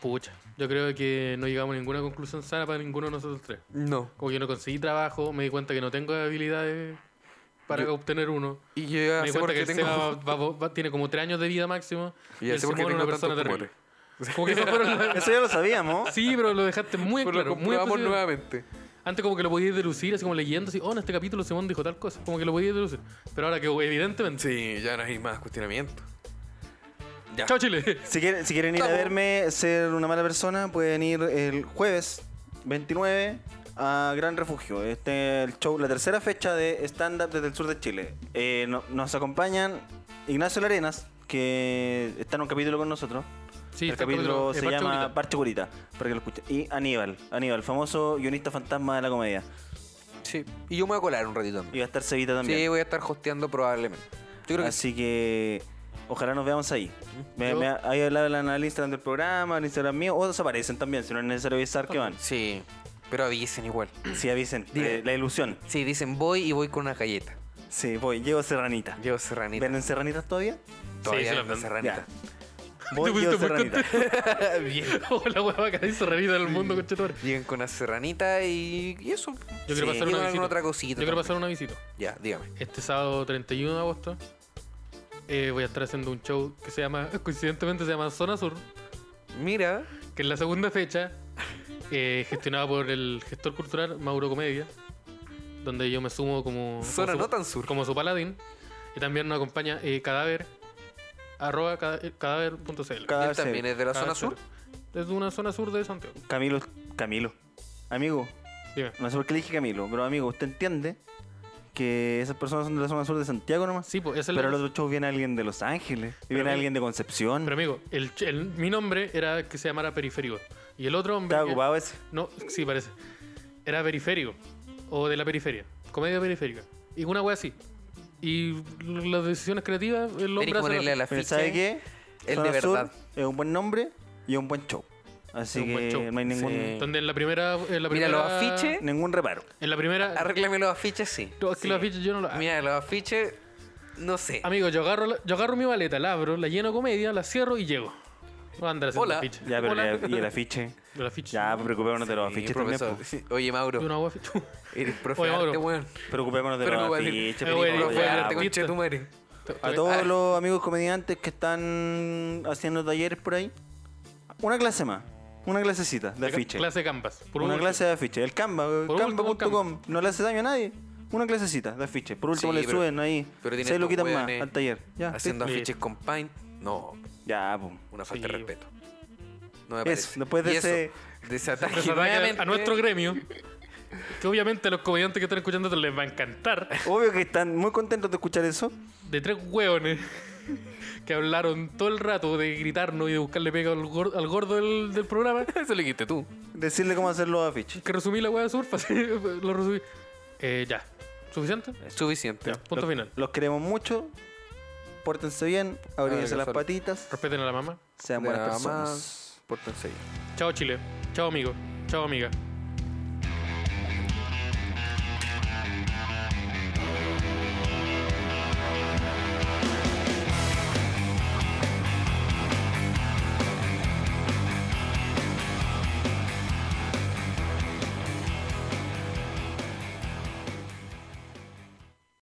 [SPEAKER 2] pucha, yo creo que no llegamos a ninguna conclusión sana para ninguno de nosotros tres.
[SPEAKER 3] No.
[SPEAKER 2] Como que no conseguí trabajo, me di cuenta que no tengo habilidades para
[SPEAKER 3] Yo-
[SPEAKER 2] obtener uno.
[SPEAKER 3] Y yo ya
[SPEAKER 2] Me di
[SPEAKER 3] sé por
[SPEAKER 2] cuenta que
[SPEAKER 3] qué
[SPEAKER 2] el
[SPEAKER 3] tengo.
[SPEAKER 2] Seba va- va- va- tiene como tres años de vida máximo.
[SPEAKER 3] Y ya
[SPEAKER 2] el
[SPEAKER 3] sé por qué
[SPEAKER 2] Simón es una
[SPEAKER 3] tengo
[SPEAKER 2] persona
[SPEAKER 3] tantos
[SPEAKER 2] terrible. Como que eso fueron las-
[SPEAKER 4] Eso ya lo sabíamos.
[SPEAKER 2] Sí, pero lo dejaste muy Pues
[SPEAKER 3] Pero
[SPEAKER 2] claro.
[SPEAKER 3] Pues lo
[SPEAKER 2] Muy
[SPEAKER 3] comprobamos
[SPEAKER 2] específico.
[SPEAKER 3] nuevamente.
[SPEAKER 2] Antes como que lo podías delucir, así como leyendo, así, oh, en este capítulo Simón dijo tal cosa. Como que lo podías delucir. Pero ahora que evidentemente...
[SPEAKER 3] Sí, ya no hay más cuestionamiento. Ya.
[SPEAKER 2] ¡Chao, Chile!
[SPEAKER 4] Si quieren, si quieren ir a
[SPEAKER 3] Chavo.
[SPEAKER 4] verme ser una mala persona, pueden ir el jueves 29 a Gran Refugio. Este es el show, la tercera fecha de stand-up desde el sur de Chile. Eh, no- nos acompañan Ignacio Larenas, que está en un capítulo con nosotros.
[SPEAKER 2] Sí,
[SPEAKER 4] el
[SPEAKER 2] está
[SPEAKER 4] este capítulo
[SPEAKER 2] eh,
[SPEAKER 4] se
[SPEAKER 2] Parche
[SPEAKER 4] llama
[SPEAKER 2] Bonita.
[SPEAKER 4] Parche Curita, para que lo escuchen. Y Aníbal, Aníbal, famoso guionista fantasma de la comedia.
[SPEAKER 3] Sí. Y yo me voy a colar un ratito
[SPEAKER 4] Y
[SPEAKER 3] también.
[SPEAKER 4] va a estar Cevita también.
[SPEAKER 3] Sí, voy a estar hosteando probablemente. Yo creo que sí.
[SPEAKER 4] Así que ojalá nos veamos ahí. Me,
[SPEAKER 2] Yo-
[SPEAKER 4] me- ahí hablan al Instagram del programa, al Instagram mío, o desaparecen también, si no es necesario avisar que van.
[SPEAKER 3] Sí. Pero avisen igual.
[SPEAKER 4] Sí, avisen, eh, la ilusión.
[SPEAKER 3] Sí, dicen voy y voy con una galleta.
[SPEAKER 4] Sí, voy, llevo serranita.
[SPEAKER 3] Llevo serranita.
[SPEAKER 4] ¿Venden serranitas todavía?
[SPEAKER 3] Todavía
[SPEAKER 2] se la
[SPEAKER 3] hay
[SPEAKER 2] venden.
[SPEAKER 3] serranita.
[SPEAKER 4] Ya. Voy,
[SPEAKER 2] Te
[SPEAKER 4] llevo
[SPEAKER 2] pusiste muy
[SPEAKER 4] serranita.
[SPEAKER 3] Bien.
[SPEAKER 2] Oh, la hueva que dice revista del mundo, conchetumare.
[SPEAKER 3] Llegan con una serranita y, y eso.
[SPEAKER 2] Yo quiero pasar
[SPEAKER 4] Sí,
[SPEAKER 3] y
[SPEAKER 2] una
[SPEAKER 3] alguna
[SPEAKER 2] visita.
[SPEAKER 3] otra
[SPEAKER 2] Yo
[SPEAKER 3] cosita
[SPEAKER 2] quiero
[SPEAKER 3] también.
[SPEAKER 2] pasar una visita.
[SPEAKER 3] Ya, dígame.
[SPEAKER 2] Este sábado 31 de agosto eh, voy a estar haciendo un show que se llama, coincidentemente se llama Zona Sur,
[SPEAKER 3] Mira,
[SPEAKER 2] que es la segunda fecha, eh, gestionada por el gestor cultural Mauro Comedia, donde yo me sumo como... como
[SPEAKER 3] zona
[SPEAKER 2] su-
[SPEAKER 3] no tan sur.
[SPEAKER 2] como su paladín. Y también nos acompaña eh, Cadáver, arroba cada- eh, cadáver.cl.
[SPEAKER 4] Cada
[SPEAKER 3] Él
[SPEAKER 4] vez
[SPEAKER 3] también
[SPEAKER 4] se-
[SPEAKER 3] es de la zona
[SPEAKER 2] Cadáver
[SPEAKER 3] sur.
[SPEAKER 2] cero. Desde una zona sur de Santiago.
[SPEAKER 4] Camilo, Camilo. Amigo,
[SPEAKER 3] Ah.
[SPEAKER 2] Dime.
[SPEAKER 4] no sé por qué le dije Camilo, pero amigo, usted entiende que esas personas son de la zona sur de Santiago nomás.
[SPEAKER 2] Sí, pues esa es la
[SPEAKER 4] pero el otro show viene alguien de Los Ángeles, y viene
[SPEAKER 2] amigo-
[SPEAKER 4] alguien de Concepción.
[SPEAKER 2] Pero amigo, el, ch- el- mi nombre era que se llamara Periférico. Y el otro hombre.
[SPEAKER 4] Estaba
[SPEAKER 2] que-
[SPEAKER 4] ocupado ese.
[SPEAKER 2] No, sí, parece. Era Periférico. O de la periferia. Comedia periférica. Y una wea así. Y l- las decisiones creativas, el
[SPEAKER 3] Ven y
[SPEAKER 2] hombre hace
[SPEAKER 3] ponerle
[SPEAKER 2] la-
[SPEAKER 3] a la
[SPEAKER 4] Pero
[SPEAKER 3] ficha.
[SPEAKER 4] ¿sabe qué?
[SPEAKER 3] el
[SPEAKER 4] Zona
[SPEAKER 3] de
[SPEAKER 4] Sur
[SPEAKER 3] verdad.
[SPEAKER 4] es eh, un buen nombre y un buen show. Así
[SPEAKER 2] Es un buen
[SPEAKER 4] que
[SPEAKER 2] show.
[SPEAKER 4] no hay ningún,
[SPEAKER 3] Sí.
[SPEAKER 2] Donde en la primera. En la primera
[SPEAKER 3] Mira, los afiches.
[SPEAKER 4] ningún reparo.
[SPEAKER 2] En la primera.
[SPEAKER 3] Arréglame los afiches, sí.
[SPEAKER 2] No, es que los afiches yo ah, no los.
[SPEAKER 3] Mira, los afiches, no sé.
[SPEAKER 2] Amigo, yo agarro, la- yo agarro mi maleta, la abro, la lleno de comedia, la cierro y llego. Voy a andar haciendo
[SPEAKER 3] Hola.
[SPEAKER 2] afiche.
[SPEAKER 4] Ya, pero
[SPEAKER 2] Hola.
[SPEAKER 4] ya- y el afiche.
[SPEAKER 2] El afiche.
[SPEAKER 4] Ya, pues, preocupémonos de los
[SPEAKER 3] Sí,
[SPEAKER 4] afiches también.
[SPEAKER 3] profesor.
[SPEAKER 4] pues.
[SPEAKER 3] Sí. Oye, Mauro,
[SPEAKER 2] Yo no hago afiche.
[SPEAKER 3] eres profe
[SPEAKER 2] Oye,
[SPEAKER 3] de arte,
[SPEAKER 2] Mauro.
[SPEAKER 3] weón.
[SPEAKER 4] Preocupémonos de
[SPEAKER 3] Pero no
[SPEAKER 4] los
[SPEAKER 3] voy a
[SPEAKER 4] afiches.
[SPEAKER 3] decir,
[SPEAKER 2] Eh,
[SPEAKER 4] primo,
[SPEAKER 2] güey,
[SPEAKER 4] ya,
[SPEAKER 2] no
[SPEAKER 3] profe
[SPEAKER 2] voy
[SPEAKER 3] de
[SPEAKER 4] pues.
[SPEAKER 3] arte,
[SPEAKER 2] artista.
[SPEAKER 3] concha de tu madre.
[SPEAKER 4] A
[SPEAKER 2] Ah,
[SPEAKER 4] todos los amigos comediantes que están haciendo talleres por ahí, una clase más. Una clasecita de afiche.
[SPEAKER 2] Clase Canvas. Por
[SPEAKER 4] una
[SPEAKER 2] último.
[SPEAKER 4] clase de afiche. El Canva, eh,
[SPEAKER 2] Por último, el
[SPEAKER 4] canva.com. No le hace daño a nadie. Una clasecita de afiche. Por último
[SPEAKER 3] Sí,
[SPEAKER 4] le
[SPEAKER 3] pero-
[SPEAKER 4] suben ahí.
[SPEAKER 3] pero tiene
[SPEAKER 4] Se lo
[SPEAKER 3] estos
[SPEAKER 4] quitan más
[SPEAKER 3] hueones
[SPEAKER 4] al taller. Ya,
[SPEAKER 3] Haciendo
[SPEAKER 2] sí.
[SPEAKER 3] afiches con Paint, no,
[SPEAKER 4] sí. ya pues. pum.
[SPEAKER 3] una falta de
[SPEAKER 2] Sí.
[SPEAKER 3] respeto. No me
[SPEAKER 4] Eso,
[SPEAKER 3] parece.
[SPEAKER 4] después de
[SPEAKER 3] Y
[SPEAKER 4] ese-
[SPEAKER 3] eso, de ese ataque,
[SPEAKER 2] Nos ataque a-
[SPEAKER 3] nuevamente,
[SPEAKER 2] a nuestro gremio. Que obviamente a los comediantes que están escuchando esto les va a encantar.
[SPEAKER 4] Obvio que están muy contentos de escuchar eso.
[SPEAKER 2] De tres hueones que hablaron todo el rato de gritarnos y de buscarle pega al, gor- al gordo del, del programa.
[SPEAKER 3] Eso le dijiste tú.
[SPEAKER 4] Decirle cómo hacer los afiches.
[SPEAKER 2] Que resumí la hueá de surf, así, lo resumí. Eh, ya. ¿Suficiente?
[SPEAKER 3] Suficiente.
[SPEAKER 2] Ya, punto
[SPEAKER 4] Los-
[SPEAKER 2] final.
[SPEAKER 4] Los queremos mucho. Pórtense bien. Abríguense
[SPEAKER 3] Ah,
[SPEAKER 4] las
[SPEAKER 3] sol.
[SPEAKER 4] patitas.
[SPEAKER 2] Respeten a la mamá.
[SPEAKER 4] Sean buenas
[SPEAKER 3] Nada
[SPEAKER 4] personas.
[SPEAKER 3] más. Pórtense bien.
[SPEAKER 2] Chao Chile. Chao amigo. Chao amiga.